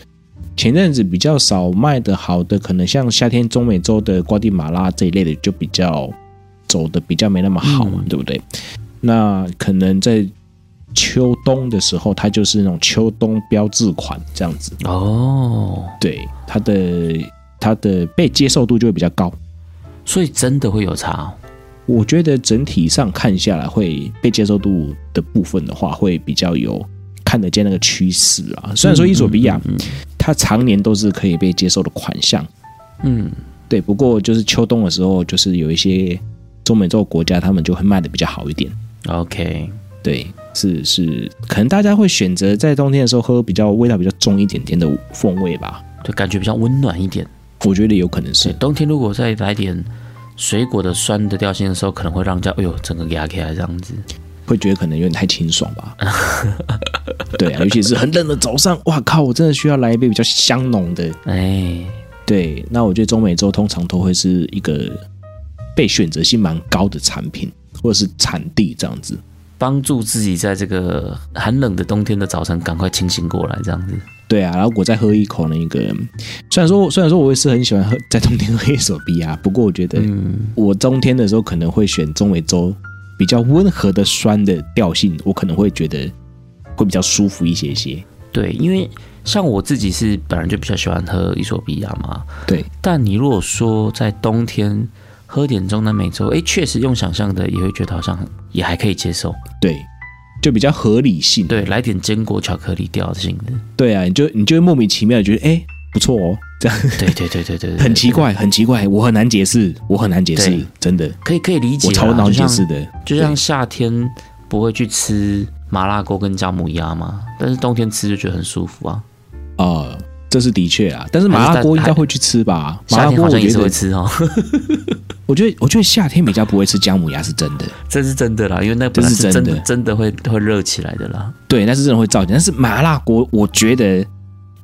Speaker 1: 前阵子比较少卖的好的，可能像夏天中美洲的瓜地马拉这一类的，就比较走的比较没那么好嘛，
Speaker 2: 嗯
Speaker 1: 对不对？那可能在秋冬的时候，它就是那种秋冬标志款这样子。
Speaker 2: 哦，
Speaker 1: 对它的它的被接受度就会比较高。
Speaker 2: 所以真的会有差哦、
Speaker 1: 我觉得整体上看下来，会被接受度的部分的话，会比较有看得见那个趋势啊。虽然说伊索比亚
Speaker 2: 嗯
Speaker 1: 它常年都是可以被接受的款项，
Speaker 2: 嗯，
Speaker 1: 对，不过就是秋冬的时候，就是有一些中美洲国家他们就会卖的比较好一点。
Speaker 2: 嗯，OK，
Speaker 1: 对，是是，可能大家会选择在冬天的时候喝比较味道比较重一点点的风味吧，
Speaker 2: 就感觉比较温暖一点。
Speaker 1: 我觉得有可能
Speaker 2: 对，
Speaker 1: 是。
Speaker 2: 冬天如果再来点水果的酸的调性的时候，可能会让人家哎呦整个压起来这样子。
Speaker 1: 会觉得可能有点太清爽吧。 <laughs> 对啊，尤其是很冷的早上，哇靠，我真的需要来一杯比较香浓的。
Speaker 2: 哎，
Speaker 1: 对，那我觉得中美洲通常都会是一个被选择性蛮高的产品或者是产地这样子。
Speaker 2: 帮助自己在这个寒冷的冬天的早晨赶快清醒过来这样子。
Speaker 1: 对啊，然后我再喝一口那个，虽然说虽然说我也是很喜欢喝在冬天喝一手比啊，不过我觉得
Speaker 2: 嗯，
Speaker 1: 我冬天的时候可能会选中美洲比较温和的酸的调性，我可能会觉得会比较舒服一些些。
Speaker 2: 对，因为像我自己是本来就比较喜欢喝伊索比亚嘛，
Speaker 1: 对，
Speaker 2: 但你如果说在冬天喝点中南美洲，哎，确实用想象的也会觉得好像也还可以接受。
Speaker 1: 对，就比较合理性。
Speaker 2: 对，来点坚果巧克力调性的。
Speaker 1: 对啊，你就你就会莫名其妙的觉得，哎、不错哦，这样
Speaker 2: 对对对对对对，
Speaker 1: <laughs> 很奇怪，很奇怪，我很难解释，我很难解释
Speaker 2: 对，
Speaker 1: 真的，
Speaker 2: 可以可以理解
Speaker 1: 我
Speaker 2: 啦，
Speaker 1: 超难
Speaker 2: 就
Speaker 1: 解
Speaker 2: 像
Speaker 1: 释的。
Speaker 2: 就像夏天不会去吃麻辣锅跟姜母鸭嘛，但是冬天吃就觉得很舒服啊。
Speaker 1: 哦、这是的确啊，但是麻辣锅应该会去吃吧？麻
Speaker 2: 夏
Speaker 1: 辣
Speaker 2: 天
Speaker 1: 锅
Speaker 2: 好
Speaker 1: 我
Speaker 2: 像也
Speaker 1: 觉
Speaker 2: 是会
Speaker 1: 得，
Speaker 2: 吃哦， <laughs>
Speaker 1: 我觉得我觉得夏天比较不会吃姜母鸭是真的，
Speaker 2: 这是真的啦，因为那本来
Speaker 1: 这是
Speaker 2: 是真
Speaker 1: 真的
Speaker 2: 的真的会会热起来的啦。
Speaker 1: 对，那是真的会造成。但是麻辣锅，我觉得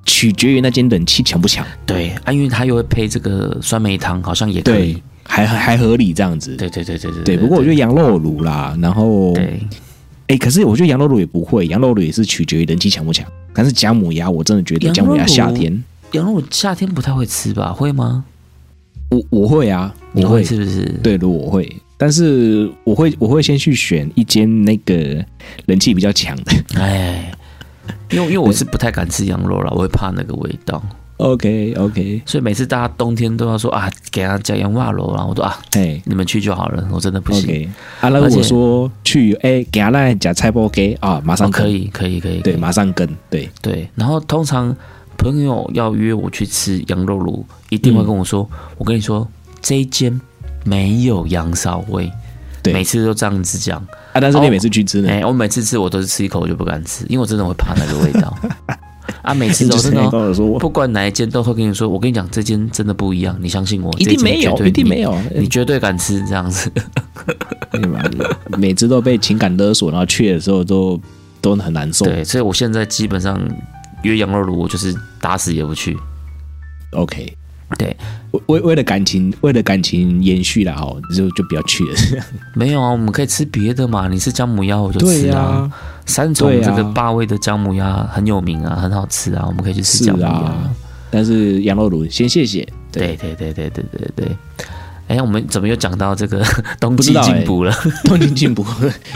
Speaker 1: 取决于那间冷气强不强，
Speaker 2: 对啊，因为它又会配这个酸梅汤，好像也可以
Speaker 1: 对。，还还合理这样子。
Speaker 2: 对对对对对
Speaker 1: 对，不过我觉得羊肉炉啦，然后
Speaker 2: 对
Speaker 1: 哎、可是我觉得羊肉炉也不会，羊肉炉也是取决于人气强不强。但是姜母鸭，我真的觉得
Speaker 2: 羊
Speaker 1: 姜母鸭
Speaker 2: 肉
Speaker 1: 夏
Speaker 2: 炉
Speaker 1: 天，
Speaker 2: 羊肉夏天不太会吃吧？会吗？
Speaker 1: 我我会啊，
Speaker 2: 你
Speaker 1: 我
Speaker 2: 会是不是？
Speaker 1: 对炉我会，但是我会我会先去选一间那个人气比较强的。 <laughs>
Speaker 2: 哎，因为因为我是不太敢吃羊肉啦，我会怕那个味道。
Speaker 1: OK OK，
Speaker 2: 所以每次大家冬天都要说啊，给他加羊袜楼，然后我说啊，
Speaker 1: 哎
Speaker 2: 你们去就好了，我真的不行。
Speaker 1: OK，啊，那如
Speaker 2: 而且
Speaker 1: 果说去哎，给阿赖假菜包给啊，马
Speaker 2: 哦
Speaker 1: 上
Speaker 2: 可
Speaker 1: 跟，
Speaker 2: 以，可以，可以，
Speaker 1: 对，
Speaker 2: 可以
Speaker 1: 马上跟，对，
Speaker 2: 对。然后通常朋友要约我去吃羊肉炉，一定会跟我
Speaker 1: 嗯
Speaker 2: 说，我跟你说这一间没有羊骚味。
Speaker 1: 对
Speaker 2: 每次都这样子讲。
Speaker 1: 啊，但是你每次去吃呢
Speaker 2: 哎、，我每次吃我都是吃一口我就不敢吃，因为我真的会怕那个味
Speaker 1: <laughs>
Speaker 2: 道。啊，每次
Speaker 1: 你
Speaker 2: 都
Speaker 1: 就是
Speaker 2: 真的
Speaker 1: 跟
Speaker 2: 哦。
Speaker 1: 我说我
Speaker 2: 不管哪一间都会跟你说，我跟你讲，这间真的不一样，你相信我，
Speaker 1: 一定
Speaker 2: 这间
Speaker 1: 没有
Speaker 2: 绝对
Speaker 1: 一定
Speaker 2: 你
Speaker 1: 没有哎
Speaker 2: 你绝对敢吃这样子。
Speaker 1: 对吧？每次都被情感勒索，然后去的时候都都很难受。
Speaker 2: 对，所以我现在基本上约羊肉炉，我就是打死也不去。
Speaker 1: OK，
Speaker 2: 对，
Speaker 1: 为为为了感情，为了感情延续啦，哦，就就不要去
Speaker 2: <laughs>
Speaker 1: 了。
Speaker 2: 没有啊，我们可以吃别的嘛。你吃姜母鸭，我就
Speaker 1: 对
Speaker 2: 吃
Speaker 1: 呀、
Speaker 2: 啊。三重
Speaker 1: 对啊
Speaker 2: 这个霸味的姜母鸭很有名啊，很好吃啊，我们可以去吃
Speaker 1: 是
Speaker 2: 姜母鸭。
Speaker 1: 啊。但是羊肉炉先谢谢，
Speaker 2: 对对对对对对对。哎，我们怎么又讲到这个 <laughs> 冬
Speaker 1: 不知
Speaker 2: 季
Speaker 1: 道哎
Speaker 2: 进补了，
Speaker 1: 东京进补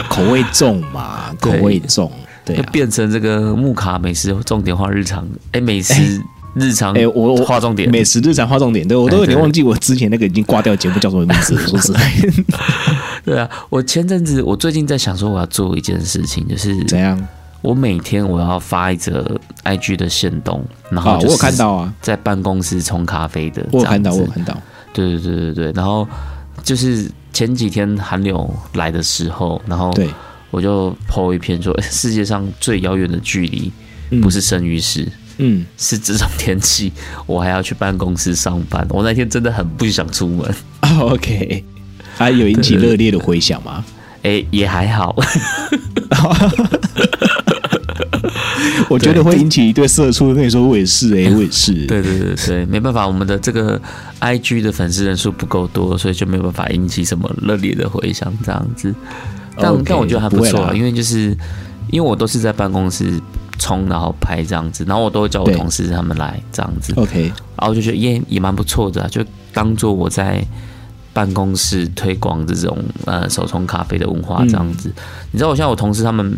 Speaker 1: 口味重嘛，口
Speaker 2: 对
Speaker 1: 味重，对
Speaker 2: 又
Speaker 1: 啊。
Speaker 2: <laughs> 变成这个木卡美食重点化日常？哎，美食日常
Speaker 1: 哎、我我
Speaker 2: 划重点，
Speaker 1: 美食日常划重点，对我都有
Speaker 2: 哎对
Speaker 1: 点忘记我之前那个已经挂掉节目叫什么名字
Speaker 2: <laughs>
Speaker 1: 了。说实在，
Speaker 2: 对啊。我前阵子我最近在想说我要做一件事情，就是
Speaker 1: 怎样
Speaker 2: 我每天我要发一则 IG 的线动，然
Speaker 1: 啊？
Speaker 2: 后
Speaker 1: 我
Speaker 2: 就
Speaker 1: 有
Speaker 2: 是
Speaker 1: 看到啊，
Speaker 2: 在办公室冲咖啡的，
Speaker 1: 我有看到，
Speaker 2: 这
Speaker 1: 我
Speaker 2: 样
Speaker 1: 有
Speaker 2: 子
Speaker 1: 看到。
Speaker 2: 对对对对对，然后就是前几天寒流来的时候，然后
Speaker 1: 对，
Speaker 2: 我就 PO 一篇说，哎 <laughs> 世界上最遥远的距离
Speaker 1: 嗯
Speaker 2: 不是生与死，
Speaker 1: 嗯，
Speaker 2: 是这种天气，我还要去办公室上班。我那天真的很不想出门，
Speaker 1: 啊 OK，还有引起热烈的回响吗？
Speaker 2: 哎，也还好，
Speaker 1: <laughs> 我觉得会引起一对社畜跟你说我也是哎、我也是。
Speaker 2: 对对对对，没办法，我们的这个 IG 的粉丝人数不够多，所以就没有办法引起什么热烈的回响这样子。但
Speaker 1: OK，
Speaker 2: 但我觉得还
Speaker 1: 不会
Speaker 2: 错啊，
Speaker 1: 啦
Speaker 2: 因为就是因为我都是在办公室冲，然后拍这样子，然后我都会叫我
Speaker 1: 对
Speaker 2: 同事他们来这样子，
Speaker 1: OK，
Speaker 2: 然后我就觉得耶也蛮不错的、啊，就当做我在。办公室推广这种呃手冲咖啡的文化这样子，
Speaker 1: 嗯
Speaker 2: 你知道我像我同事他们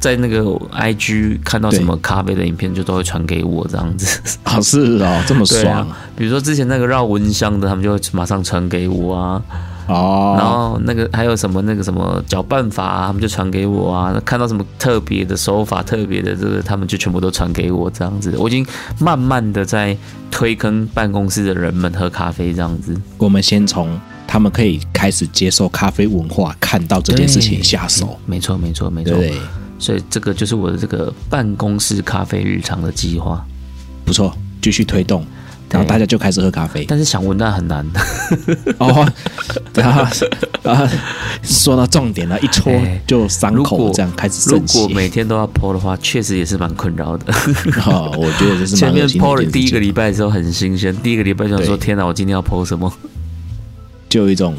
Speaker 2: 在那个 IG 看到什么咖啡的影片，就都会传给我这样子。
Speaker 1: 好、是哦，这么
Speaker 2: 对
Speaker 1: 爽、
Speaker 2: 啊，比如说之前那个绕蚊香的，他们就会马上传给我啊。然
Speaker 1: 哦。
Speaker 2: 后那个还有什么那个什么搅拌法、啊，他们就传给我啊。那看到什么特别的手法、特别的这个，他们就全部都传给我这样子。我已经慢慢的在推坑办公室的人们喝咖啡这样子。
Speaker 1: 我们先从他们可以开始接受咖啡文化，看到这件事情
Speaker 2: 对
Speaker 1: 下手，
Speaker 2: 没错，没错，没
Speaker 1: 对
Speaker 2: 错
Speaker 1: 不。哦对？
Speaker 2: 所以这个就是我的这个办公室咖啡日常的计划。
Speaker 1: 不错，继续推动，然后
Speaker 2: 对
Speaker 1: 大家就开始喝咖啡。
Speaker 2: 但是想文案很难，
Speaker 1: 哦， <laughs> 然后啊，说到重点了，一戳
Speaker 2: 哎
Speaker 1: 就伤
Speaker 2: 如
Speaker 1: 口
Speaker 2: 果
Speaker 1: 这样开始
Speaker 2: 如
Speaker 1: 渗血
Speaker 2: 果。每天都要 PO 的话，确实也是蛮困扰的。
Speaker 1: 哦，我觉得这是
Speaker 2: 前
Speaker 1: 蛮
Speaker 2: 面
Speaker 1: 恶心
Speaker 2: PO
Speaker 1: 的
Speaker 2: 了
Speaker 1: 一件事情
Speaker 2: 第一个礼拜的时候很新鲜，第一个礼拜就想说
Speaker 1: 对
Speaker 2: 天哪，我今天要 PO 什么？
Speaker 1: 就有一种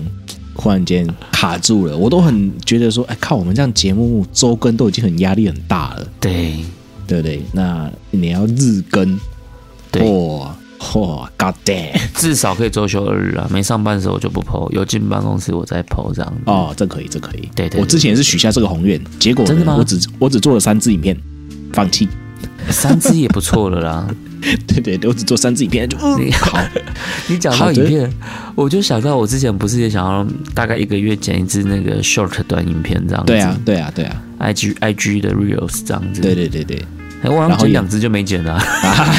Speaker 1: 忽然间卡住了。我都很觉得说，哎，看我们这样节目周更都已经很压力很大了，
Speaker 2: 对
Speaker 1: 对不对？那你要日更，
Speaker 2: 对，
Speaker 1: 哇哇，God damn！
Speaker 2: 至少可以周休二日啊，没上班的时候我就不 PO，有进办公室我再 PO 这样子。
Speaker 1: 哦，这可以，这可以。
Speaker 2: 对对对
Speaker 1: 我之前也是许下这个宏愿，结果呢
Speaker 2: 真的吗
Speaker 1: 我只我只做了三支影片，放弃。
Speaker 2: 三支也不错了
Speaker 1: <laughs>
Speaker 2: 啦。
Speaker 1: 对对对，我只做三支影片，就
Speaker 2: <laughs>
Speaker 1: 嗯，好，
Speaker 2: 你讲到
Speaker 1: 好的
Speaker 2: 影片，我就想到我之前不是也想要大概一个月剪一支那个 short 短影片这样子。
Speaker 1: 对啊，对啊，对啊，
Speaker 2: ，IG IG 的 reels 这样子。
Speaker 1: 对对对对，
Speaker 2: 哎，我好
Speaker 1: 然
Speaker 2: 像
Speaker 1: 后
Speaker 2: 剪
Speaker 1: 也
Speaker 2: 两支就没剪了啊。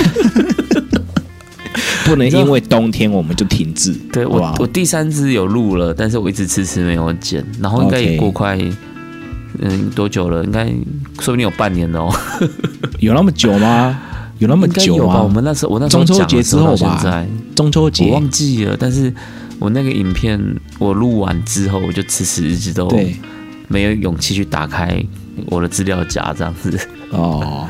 Speaker 1: 不能
Speaker 2: 知道
Speaker 1: 因为冬天我们就停滞，
Speaker 2: 对
Speaker 1: 好不好
Speaker 2: 我，我第三支有录了，但是我一直迟迟没有剪，然后应该也
Speaker 1: OK
Speaker 2: 过快。嗯，多久了？应该说不定有半年了哦。
Speaker 1: 有那么久吗？有那
Speaker 2: 那
Speaker 1: 么久
Speaker 2: 有吧？
Speaker 1: 吗？
Speaker 2: 我们那时候我那时候
Speaker 1: 中秋
Speaker 2: 讲
Speaker 1: 节
Speaker 2: 的时候
Speaker 1: 之后
Speaker 2: 到
Speaker 1: 吧
Speaker 2: 现在
Speaker 1: 中秋节
Speaker 2: 我忘记了，但是我那个影片我录完之后，我就迟迟一直都
Speaker 1: 对
Speaker 2: 没有勇气去打开我的资料夹，这样子。
Speaker 1: 哦，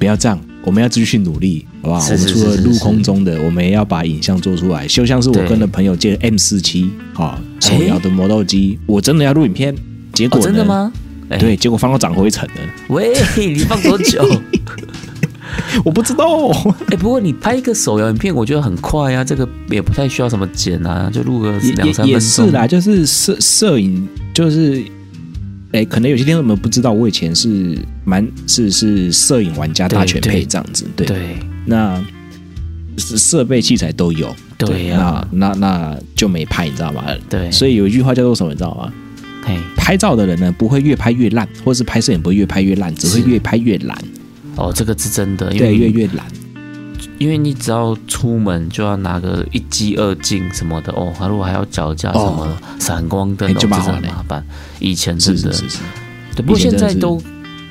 Speaker 1: 不要这样，我们要继续努力，好不好？
Speaker 2: 是是
Speaker 1: 我们
Speaker 2: 是
Speaker 1: 除
Speaker 2: 是
Speaker 1: 了录空中的，我们也要把影像做出来。就像是我
Speaker 2: 对
Speaker 1: 跟了朋友借 M 四七啊，
Speaker 2: 诶
Speaker 1: 手摇的磨豆机，我真的要录影片，结果
Speaker 2: 哦，
Speaker 1: 呢
Speaker 2: 真的？吗？哎
Speaker 1: 对，结果放到长灰尘了，
Speaker 2: 喂，你放
Speaker 1: <laughs>
Speaker 2: 多久？
Speaker 1: 我不知道。
Speaker 2: 哎、不过你拍一个手摇影片，我觉得很快啊，这个也不太需要什么剪啊，就录个
Speaker 1: 也
Speaker 2: 两三
Speaker 1: 也也
Speaker 2: 分
Speaker 1: 是
Speaker 2: 钟。
Speaker 1: 啦，就是摄摄影，就是哎，可能有些听众们不知道，我以前是蛮是是摄影玩家大
Speaker 2: 对
Speaker 1: 全
Speaker 2: 对
Speaker 1: 配这样子，对
Speaker 2: 对，
Speaker 1: 那设备器材都有。
Speaker 2: 对呀，
Speaker 1: 那那那就没拍，你知道吗？
Speaker 2: 对，
Speaker 1: 所以有一句话叫做什么，你知道吗？
Speaker 2: 嘿，
Speaker 1: 拍照的人呢，不会越拍越烂，或是拍摄也不会越拍越烂，只会
Speaker 2: 是
Speaker 1: 越拍越懒，
Speaker 2: 哦，这个是真的，因
Speaker 1: 对，
Speaker 2: 为
Speaker 1: 越越懒。
Speaker 2: 因为你只要出门就要拿个一机二镜什么的哦，还如果还要脚架什么的闪光灯，
Speaker 1: 哎
Speaker 2: 哦
Speaker 1: 就
Speaker 2: 这
Speaker 1: 麻烦
Speaker 2: 真的很
Speaker 1: 嘞
Speaker 2: 麻烦。以前真
Speaker 1: 是是
Speaker 2: 的，
Speaker 1: 是是，
Speaker 2: 对，不过
Speaker 1: 以前
Speaker 2: 现
Speaker 1: 真的
Speaker 2: 在
Speaker 1: 是
Speaker 2: 都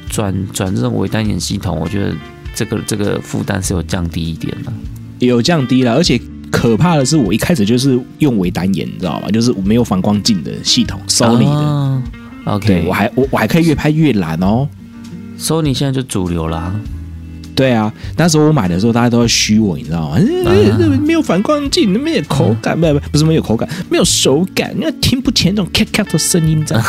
Speaker 2: 转转这种微单眼系统，我觉得这个这个负担是有降低一点的。
Speaker 1: 有降低了，而且可怕的是，我一开始就是用微单眼，你知道吗？就是我没有反光镜的系统，Sony 的。
Speaker 2: 啊
Speaker 1: 对
Speaker 2: ，OK，
Speaker 1: 我还我我还可以越拍越懒哦。
Speaker 2: Sony 现在就主流啦，
Speaker 1: 对啊，那时候我买的时候，大家都要虚我，你知
Speaker 2: 啊
Speaker 1: 道吗？嗯没有反光镜，没有口感，没有不是没有口感，没有手感，因为听不见那种咔咔的声音，
Speaker 2: <laughs>
Speaker 1: 这样，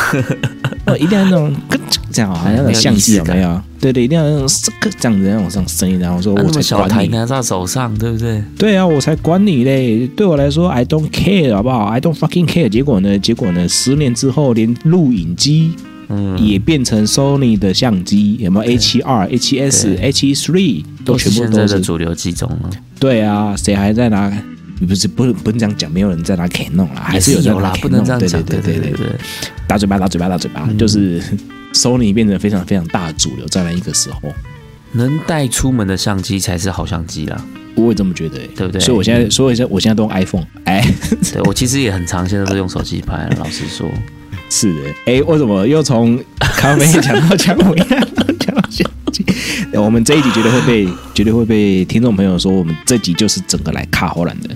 Speaker 1: 哦，一定要那种咯吱这样，好像那种相机有没有？对对，一定要那种这个这样子那种这种声音，然后说
Speaker 2: 啊
Speaker 1: 我
Speaker 2: 那么
Speaker 1: 才
Speaker 2: 小台
Speaker 1: 管你，
Speaker 2: 拿在手上，对不对？
Speaker 1: 对啊，我才管你嘞。对我来说，I don't care，好不好？I don't fucking care。结果呢？结果呢？十年之后，连录影机
Speaker 2: 嗯，
Speaker 1: 也变成 Sony 的相机，有没有 A 7 2 A 7 S、A 7 Three 都
Speaker 2: 都是
Speaker 1: 全部
Speaker 2: 现在
Speaker 1: 都
Speaker 2: 的
Speaker 1: 是。
Speaker 2: 主流机种了，
Speaker 1: 对啊，谁还在拿？不是不能不能这样讲，没有人在拿 Canon 啦，还
Speaker 2: 也
Speaker 1: 有
Speaker 2: 是
Speaker 1: 在
Speaker 2: 有
Speaker 1: 拿
Speaker 2: 啦，
Speaker 1: Canon，
Speaker 2: 不能这样讲，
Speaker 1: 对对
Speaker 2: 对
Speaker 1: 对，
Speaker 2: 对。
Speaker 1: 打嘴巴打嘴巴打嘴巴，就是 Sony 变成非常非常大的主流，在那一个时候，
Speaker 2: 能带出门的相机才是好相机啦。
Speaker 1: 我也这么觉得、欸，
Speaker 2: 对不对
Speaker 1: 所以我现在，所以我现在我现在都用 iPhone，哎、
Speaker 2: 对我其实也很常现在都用手机拍，老
Speaker 1: <laughs>
Speaker 2: 实说，
Speaker 1: 是的，哎、为什么又从咖啡讲到姜维，讲到相机？我们这一集绝对会被，绝对会被听众朋友说，我们这集就是整个来卡后兰的。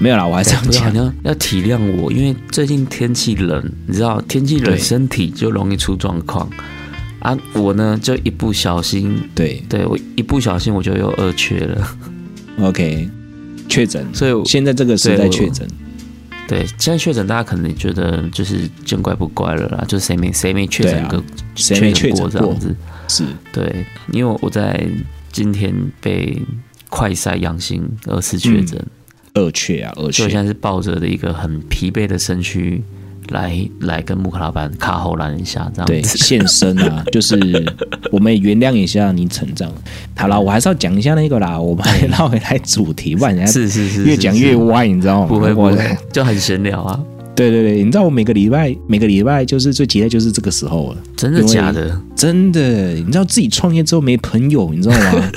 Speaker 1: 没有啦，我还是要
Speaker 2: 不要
Speaker 1: 讲
Speaker 2: 啊你，要要体谅我，因为最近天气冷，你知道天气冷
Speaker 1: 对
Speaker 2: 身体就容易出状况啊。我呢就一不小心，
Speaker 1: 对
Speaker 2: 对我一不小心我就又二缺了， <laughs>
Speaker 1: ，OK，确诊，
Speaker 2: 所以我
Speaker 1: 现在这个时代
Speaker 2: 对我
Speaker 1: 确诊，
Speaker 2: 对现在确诊，大家可能觉得就是见怪不怪了啦，就谁没谁没确
Speaker 1: 对
Speaker 2: 诊
Speaker 1: 啊
Speaker 2: 个、
Speaker 1: 谁没确
Speaker 2: 过
Speaker 1: 诊
Speaker 2: 这
Speaker 1: 过
Speaker 2: 样？子，
Speaker 1: 是
Speaker 2: 对，因为我在今天被快筛阳性二次确
Speaker 1: 嗯
Speaker 2: 诊。
Speaker 1: 二确啊，二
Speaker 2: 所以我
Speaker 1: 确
Speaker 2: 现在是抱着的一个很疲惫的身躯来来跟木克老板卡喉兰一下，这
Speaker 1: 对，
Speaker 2: 样子。
Speaker 1: 现身啊，
Speaker 2: <laughs>
Speaker 1: 就是我们也原谅一下你成长。好啦，我还是要讲一下那个啦，我们还是绕回来主题，不然人家
Speaker 2: <laughs> 是是是是，
Speaker 1: 越讲越
Speaker 2: 是
Speaker 1: 歪，你知道吗？
Speaker 2: 不会不
Speaker 1: 我
Speaker 2: 会，就很闲聊啊，
Speaker 1: 对对对，你知道我每个礼拜每个礼拜就是最期待就是这个时候了，
Speaker 2: 真的
Speaker 1: 因为
Speaker 2: 假的？
Speaker 1: 真的。你知道自己创业之后没朋友，你知道吗？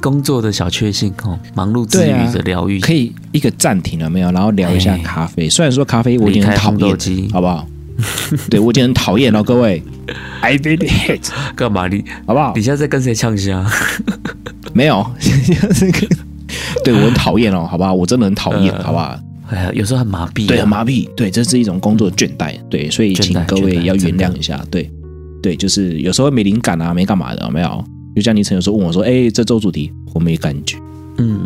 Speaker 2: 工作的小确幸哦，忙碌之
Speaker 1: 对
Speaker 2: 余
Speaker 1: 啊
Speaker 2: 的疗愈，
Speaker 1: 可以一个暂停了没有，然后聊一下
Speaker 2: 哎
Speaker 1: 咖啡。虽然说咖啡我已经很讨
Speaker 2: 离开烘豆
Speaker 1: 厌
Speaker 2: 机，
Speaker 1: 好不好？ <laughs> 对我已经很讨厌哦了，各
Speaker 2: <laughs>
Speaker 1: 位，I really hate，
Speaker 2: 干嘛？你
Speaker 1: 好不好
Speaker 2: 你？现在在跟谁呛虾？
Speaker 1: 没有， <laughs> 对我很讨厌哦，好不好？我真的很讨厌，好不好？
Speaker 2: 哎呀，有时候很麻痹、啊，
Speaker 1: 对，很麻痹，对，这是一种工作的倦怠，对，所以
Speaker 2: 倦
Speaker 1: 请
Speaker 2: 怠
Speaker 1: 各
Speaker 2: 倦
Speaker 1: 位
Speaker 2: 怠
Speaker 1: 要
Speaker 2: 真
Speaker 1: 原
Speaker 2: 的
Speaker 1: 谅一下，对，对，就是有时候没灵感啊，没干嘛的，有没有？就像你曾有时候问我说，哎、这周主题我没感觉， <laughs>
Speaker 2: 嗯，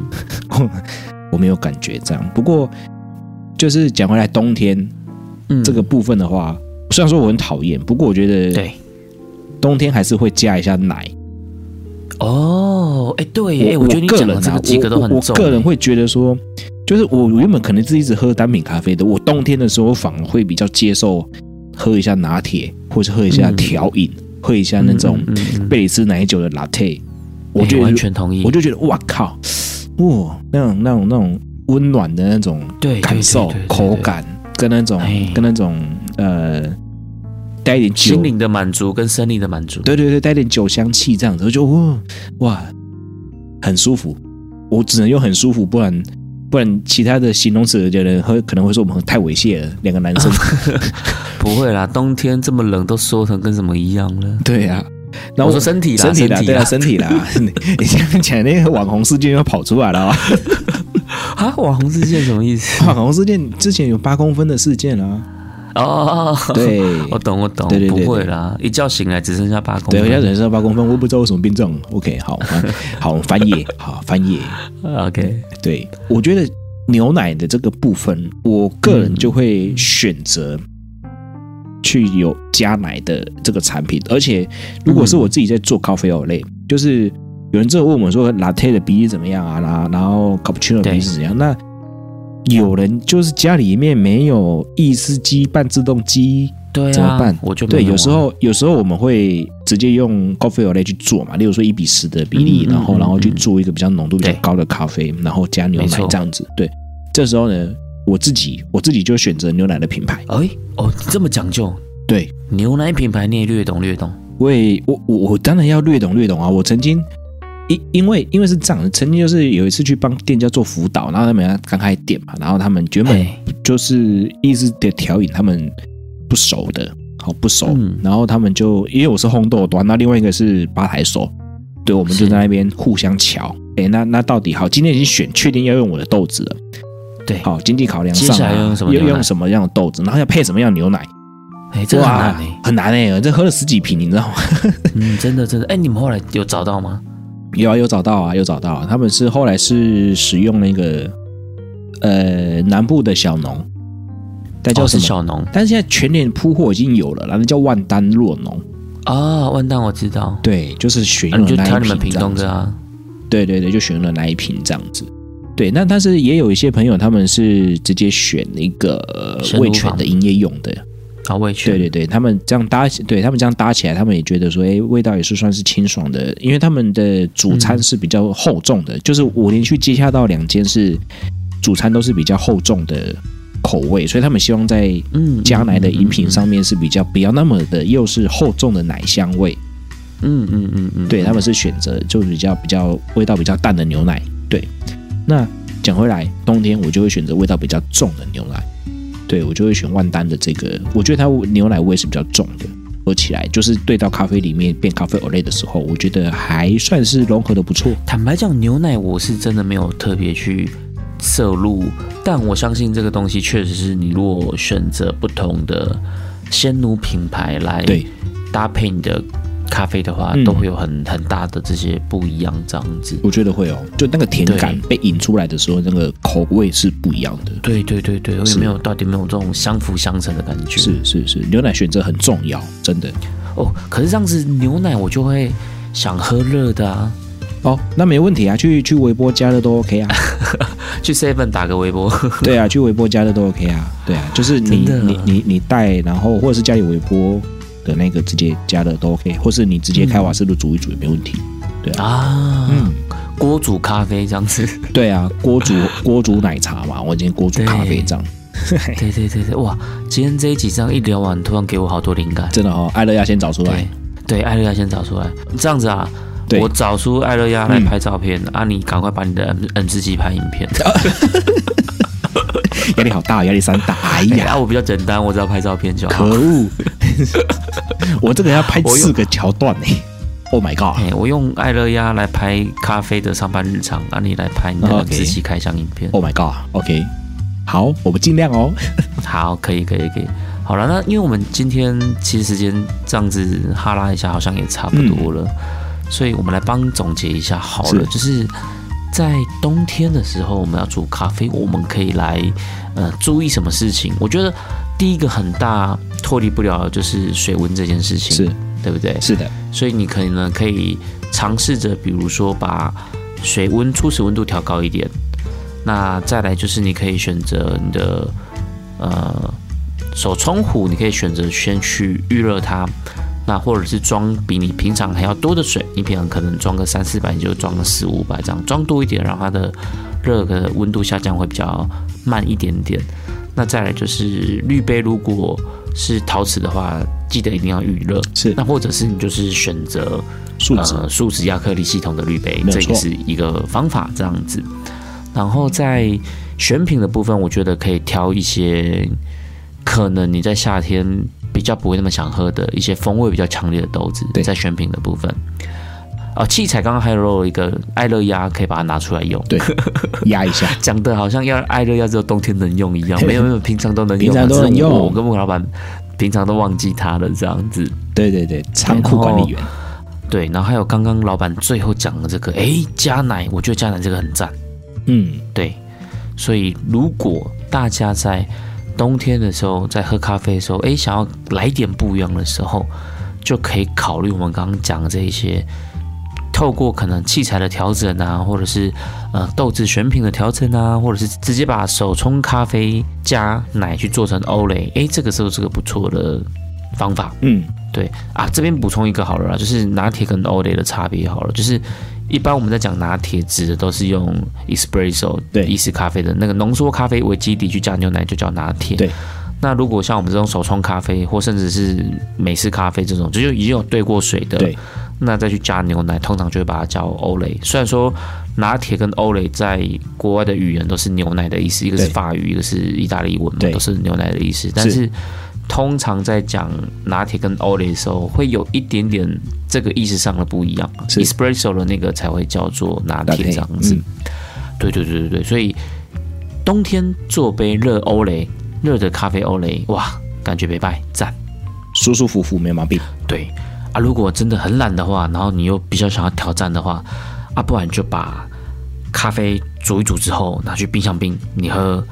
Speaker 1: 我没有感觉这样。不过就是讲回来冬天
Speaker 2: 嗯
Speaker 1: 这个部分的话，虽然说我很讨厌，不过我觉得
Speaker 2: 对
Speaker 1: 冬天还是会加一下奶。
Speaker 2: 哦，哎、对耶，哎、我觉得你
Speaker 1: 个
Speaker 2: 讲
Speaker 1: 人
Speaker 2: 的
Speaker 1: 啊
Speaker 2: 这个几个都
Speaker 1: 我
Speaker 2: 很
Speaker 1: 我
Speaker 2: 重
Speaker 1: 我
Speaker 2: 欸耶，
Speaker 1: 个人会觉得说，就是我原本可能是一直喝单品咖啡的，我冬天的时候反而会比较接受喝一下拿铁，或是喝一下
Speaker 2: 嗯
Speaker 1: 调饮，喝一下那种
Speaker 2: 嗯嗯嗯
Speaker 1: 贝里斯奶酒的 latte，、我
Speaker 2: 哎
Speaker 1: 觉得
Speaker 2: 完全同意，
Speaker 1: 我就觉得哇靠，哇那种那种那种温暖的那种
Speaker 2: 对
Speaker 1: 感受、口，感，跟那种
Speaker 2: 哎
Speaker 1: 跟那种呃带一点
Speaker 2: 对对对对对
Speaker 1: 酒
Speaker 2: 心灵的满足跟生理的满足，
Speaker 1: 对对对，带点酒香气这样子，我就哇哇，很舒服。我只能用很舒服，不然不然其他的形容词的人会可能会说我们太猥亵了，两个男生。
Speaker 2: 啊不会啦，冬天这么冷，都缩成跟什么一样了。
Speaker 1: 对呀、然
Speaker 2: 啊我
Speaker 1: 后
Speaker 2: 说身体啦，
Speaker 1: 身体啦，对
Speaker 2: 啦
Speaker 1: 啊，，身体
Speaker 2: <laughs>
Speaker 1: 啦。你你这样讲，那个网红事件又跑出来了、哦。
Speaker 2: 啊，网红事件什么意思？
Speaker 1: 网红事件之前有八公分的事件啊，
Speaker 2: <laughs> 哦，
Speaker 1: 对。
Speaker 2: 我懂，我懂，
Speaker 1: 对对对对
Speaker 2: 不会啦，一觉醒来只剩下八公
Speaker 1: 对，我现在
Speaker 2: 分。
Speaker 1: 人生八公分，我不知道我什么病症。OK，好，翻好翻页，好翻页。
Speaker 2: OK，
Speaker 1: 对，我觉得牛奶的这个部分，我个人就会选择去有加奶的这个产品。而且，如果是我自己在做咖啡豆类，就是有人就问我说，latte 的比例怎么样啊？然后然后 cappuccino 的比例是怎样？那有人就是家里面没有意式机、半自动机，
Speaker 2: 对啊，
Speaker 1: 怎么办？
Speaker 2: 我就没
Speaker 1: 对，
Speaker 2: 用
Speaker 1: 有时
Speaker 2: 啊
Speaker 1: 候有时候我们会直接用 coffee o l 去做嘛，例如说一比十的比例，
Speaker 2: 嗯嗯
Speaker 1: 然后
Speaker 2: 嗯
Speaker 1: 然后去
Speaker 2: 嗯
Speaker 1: 做一个比较浓度比较
Speaker 2: 对
Speaker 1: 高的咖啡，然后加牛
Speaker 2: 没
Speaker 1: 奶
Speaker 2: 错
Speaker 1: 这样子。对，这时候呢，我自己我自己就选择牛奶的品牌。
Speaker 2: 哎、哦，你这么讲究，
Speaker 1: 对，
Speaker 2: 牛奶品牌你也略懂略懂，
Speaker 1: 我也我我我当然要略懂略懂啊！我曾经因因为因为是这样的，曾经就是有一次去帮店家做辅导，然后他们刚开店嘛，然后他们原本
Speaker 2: 哎，
Speaker 1: 就是意式的调饮，他们不熟的，好不熟，
Speaker 2: 嗯
Speaker 1: 然后他们就因为我是烘豆端，那另外一个是吧台手，对，我们就是在那边互相瞧。哎，那那到底好？今天已经选确定要用我的豆子了，
Speaker 2: 对，
Speaker 1: 好，经济考量上、啊，
Speaker 2: 接下来要用什么
Speaker 1: 要
Speaker 2: 牛奶
Speaker 1: 用什么样的豆子，然后要配什么样的牛奶，
Speaker 2: 哎，这个很难
Speaker 1: 哇
Speaker 2: 哎、
Speaker 1: 很难哎、这喝了十几瓶，你知道吗？ <laughs>
Speaker 2: 嗯，真的真的，哎、你们后来有找到吗？
Speaker 1: 有啊，有找到啊，有找到、啊。他们是后来是使用那个呃南部的小农，那叫
Speaker 2: 哦
Speaker 1: 什
Speaker 2: 是
Speaker 1: 么？
Speaker 2: 小农
Speaker 1: 但是现在全脸铺货已经有了啦，那叫万丹洛农。
Speaker 2: 啊，万丹我知道，
Speaker 1: 对，就是选
Speaker 2: 啊、
Speaker 1: 用
Speaker 2: 你
Speaker 1: 了
Speaker 2: 就
Speaker 1: 那
Speaker 2: 挑
Speaker 1: 一
Speaker 2: 你们
Speaker 1: 瓶
Speaker 2: 屏
Speaker 1: 这
Speaker 2: 东
Speaker 1: 样子。
Speaker 2: 的啊，
Speaker 1: 对对对，就选用了那一瓶这样子。对，那但是也有一些朋友他们是直接选一个
Speaker 2: 生
Speaker 1: 呃
Speaker 2: 乳
Speaker 1: 味全
Speaker 2: 坊
Speaker 1: 的营业用的，
Speaker 2: 啊，我也去，
Speaker 1: 对对对，他们这样搭起，对他们这样搭起来，他们也觉得说，哎，味道也是算是清爽的，因为他们的主餐是比较厚重的，就是我连续接洽到两间是主餐都是比较厚重的口味，所以他们希望在
Speaker 2: 嗯，嗯
Speaker 1: 加奶的饮品，上面是比较不要那么的又是厚重的奶香味，
Speaker 2: 嗯嗯嗯嗯嗯，
Speaker 1: 对他们是选择就比较比较味道比较淡的牛奶，对，那讲回来，冬天我就会选择味道比较重的牛奶，对我就会选万丹的这个，我觉得它牛奶味是比较重的，喝起来就是兑到咖啡里面变咖啡 o l 的时候，我觉得还算是融合的不错。
Speaker 2: 坦白讲，牛奶我是真的没有特别去摄入，但我相信这个东西确实是你如果选择不同的鲜乳品牌来
Speaker 1: 对
Speaker 2: 搭配你的咖啡的话，
Speaker 1: 嗯
Speaker 2: 都会有很很大的这些不一样这样子。
Speaker 1: 我觉得会哦，就那个甜感被引出来的时候，那个口味是不一样的。
Speaker 2: 对对对对，有没有到底有没有这种相辅相成的感觉？
Speaker 1: 是是是，牛奶选择很重要，真的。
Speaker 2: 哦，可是这样子牛奶我就会想喝热的啊，
Speaker 1: 哦，那没问题啊，去去微波加热都 OK 啊。 <laughs>
Speaker 2: 去 seven 打个微波。
Speaker 1: 对啊，去微波加热都 OK 啊。对啊，就是你
Speaker 2: 真的
Speaker 1: 你你你带，然后或者是家里微波的那个直接加热都 OK，或是你直接开瓦斯炉煮一煮也没问题。
Speaker 2: <laughs> 啊，
Speaker 1: 嗯，
Speaker 2: 锅煮咖啡这样子。
Speaker 1: 对啊，锅 <laughs> 煮锅煮奶茶嘛，我今天锅煮咖啡这样，
Speaker 2: 对对对对，哇！今天这一集这样一聊完，突然给我好多灵感。
Speaker 1: 真的哦，爱乐要先找出来
Speaker 2: 对。对，艾乐亚先找出来，这样子啊。
Speaker 1: 对嗯
Speaker 2: 我找出艾乐亚来拍照片、啊！你赶快把你的 M M 四七拍影
Speaker 1: <laughs>
Speaker 2: 片。
Speaker 1: 压力好大，压力山大， <laughs> 哎
Speaker 2: 哎呀、
Speaker 1: 呀，
Speaker 2: 我比较简单，我只要拍照片就
Speaker 1: 可
Speaker 2: 好。
Speaker 1: 恶！ <laughs> 我这个要拍
Speaker 2: 我有
Speaker 1: 四个桥段 <laughs> 呢、Oh my god！
Speaker 2: 哎，我用艾乐亚来拍咖啡的上班日常，啊，你来拍你的 M
Speaker 1: OK
Speaker 2: 四七开箱影片。
Speaker 1: Oh my god！OK，、好，我们尽量哦。
Speaker 2: 好，可以，可以，可以。好了，那因为我们今天其实时间这样子哈拉一下，好像也差不多了，所以我们来帮总结一下好了，
Speaker 1: 嗯是
Speaker 2: 就是在冬天的时候，我们要煮咖啡，我们可以来呃注意什么事情？我觉得第一个很大脱离不了的就是水温这件事情，
Speaker 1: 是
Speaker 2: 对不对？
Speaker 1: 是的，
Speaker 2: 所以你可能可以尝试着，比如说把水温、初始温度调高一点。那再来就是你可以选择你的呃手冲壶，你可以选择先去预热它，那或者是装比你平常还要多的水，你平常可能装个三四百，你就装个四五百这样，装多一点，让它的热的温度下降会比较慢一点点。那再来就是滤杯，如果是陶瓷的话，记得一定要预热。
Speaker 1: 是
Speaker 2: 那或者是你就是选择
Speaker 1: 数值、
Speaker 2: 呃树脂亚克力系统的滤杯
Speaker 1: 没，有
Speaker 2: 这也
Speaker 1: 错
Speaker 2: 是一个方法这样子。然后在选品的部分，我觉得可以挑一些可能你在夏天比较不会那么想喝的一些风味比较强烈的豆子
Speaker 1: 对，
Speaker 2: 在选品的部分。哦，器材刚刚还有一个爱乐压，可以把它拿出来用。
Speaker 1: 对，压一下。
Speaker 2: 讲的好像要爱乐压只有冬天能用一
Speaker 1: <laughs>
Speaker 2: 样，没有没有，平常都能用啊，
Speaker 1: 平常都能
Speaker 2: 只是我
Speaker 1: 用
Speaker 2: 我跟木老板平常都忘记它了，这样子。
Speaker 1: 对对对，仓库管理员。
Speaker 2: 对，然后还有刚刚老板最后讲的这个，诶，加奶，我觉得加奶这个很赞。
Speaker 1: 嗯，
Speaker 2: 对，所以如果大家在冬天的时候，在喝咖啡的时候，诶，想要来点不一样的时候，就可以考虑我们刚刚讲的这一些，透过可能器材的调整啊，或者是呃豆子选品的调整啊，或者是直接把手冲咖啡加奶去做成欧蕾，诶，这个时候是个不错的方法。
Speaker 1: 嗯，
Speaker 2: 对啊，这边补充一个好了啦，就是拿铁跟 Olay 的差别好了，就是一般我们在讲拿铁指的都是用 espresso
Speaker 1: 对
Speaker 2: 意式咖啡的那个浓缩咖啡为基底去加牛奶就叫拿铁。
Speaker 1: 对。
Speaker 2: 那如果像我们这种手冲咖啡，或甚至是美式咖啡这种，就是已经有兑过水的，
Speaker 1: 对，
Speaker 2: 那再去加牛奶，通常就会把它叫 Olay。虽然说拿铁跟 Olay 在国外的语言都是牛奶的意思，一个是
Speaker 1: 对
Speaker 2: 法语，一个是意大利文嘛，
Speaker 1: 对
Speaker 2: 都是牛奶的意思，但是通常在讲拿铁跟 Olay 的时候，会有一点点这个意识上的不一样。
Speaker 1: 是
Speaker 2: espresso 的那个才会叫做拿
Speaker 1: 拿
Speaker 2: 铁
Speaker 1: 铁
Speaker 2: 这样子。
Speaker 1: 嗯
Speaker 2: 对对对对对，所以冬天做杯热欧蕾，热的咖啡欧蕾，哇，感觉没败，赞。
Speaker 1: 舒舒服服没毛病。
Speaker 2: 对啊，如果真的很懒的话，然后你又比较想要挑战的话，啊，不然就把咖啡煮一煮之后拿去冰箱冰，你喝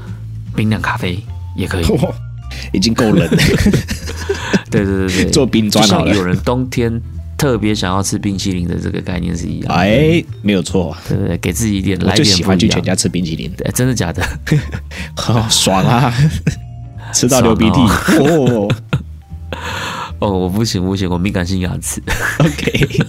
Speaker 2: 冰凉咖啡也可以。
Speaker 1: 哦已经够冷了，
Speaker 2: <laughs> 对对对对，
Speaker 1: <laughs> 做冰
Speaker 2: 就
Speaker 1: 砖好
Speaker 2: 像
Speaker 1: 了
Speaker 2: 有。人冬天特别想要吃冰淇淋的这个概念是一样的，
Speaker 1: 哎，没有错，
Speaker 2: 对不对？给自己一点
Speaker 1: 我
Speaker 2: 来
Speaker 1: 就
Speaker 2: 点
Speaker 1: 喜
Speaker 2: 不
Speaker 1: 欢去
Speaker 2: 一
Speaker 1: 全
Speaker 2: 样。
Speaker 1: 家吃冰淇淋，
Speaker 2: 哎，真的假的？ <laughs>
Speaker 1: 好爽啊！吃到流鼻涕
Speaker 2: 啊
Speaker 1: 哦。
Speaker 2: 哦，我不行不行，我敏感性牙齿。 <laughs>
Speaker 1: OK，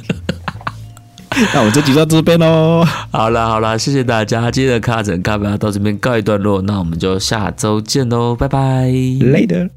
Speaker 1: 那我们这集到这边喽，
Speaker 2: 好啦好啦，谢谢大家，今天的卡整咖啡到这边告一段落，那我们就下周见喽，拜拜。
Speaker 1: Later。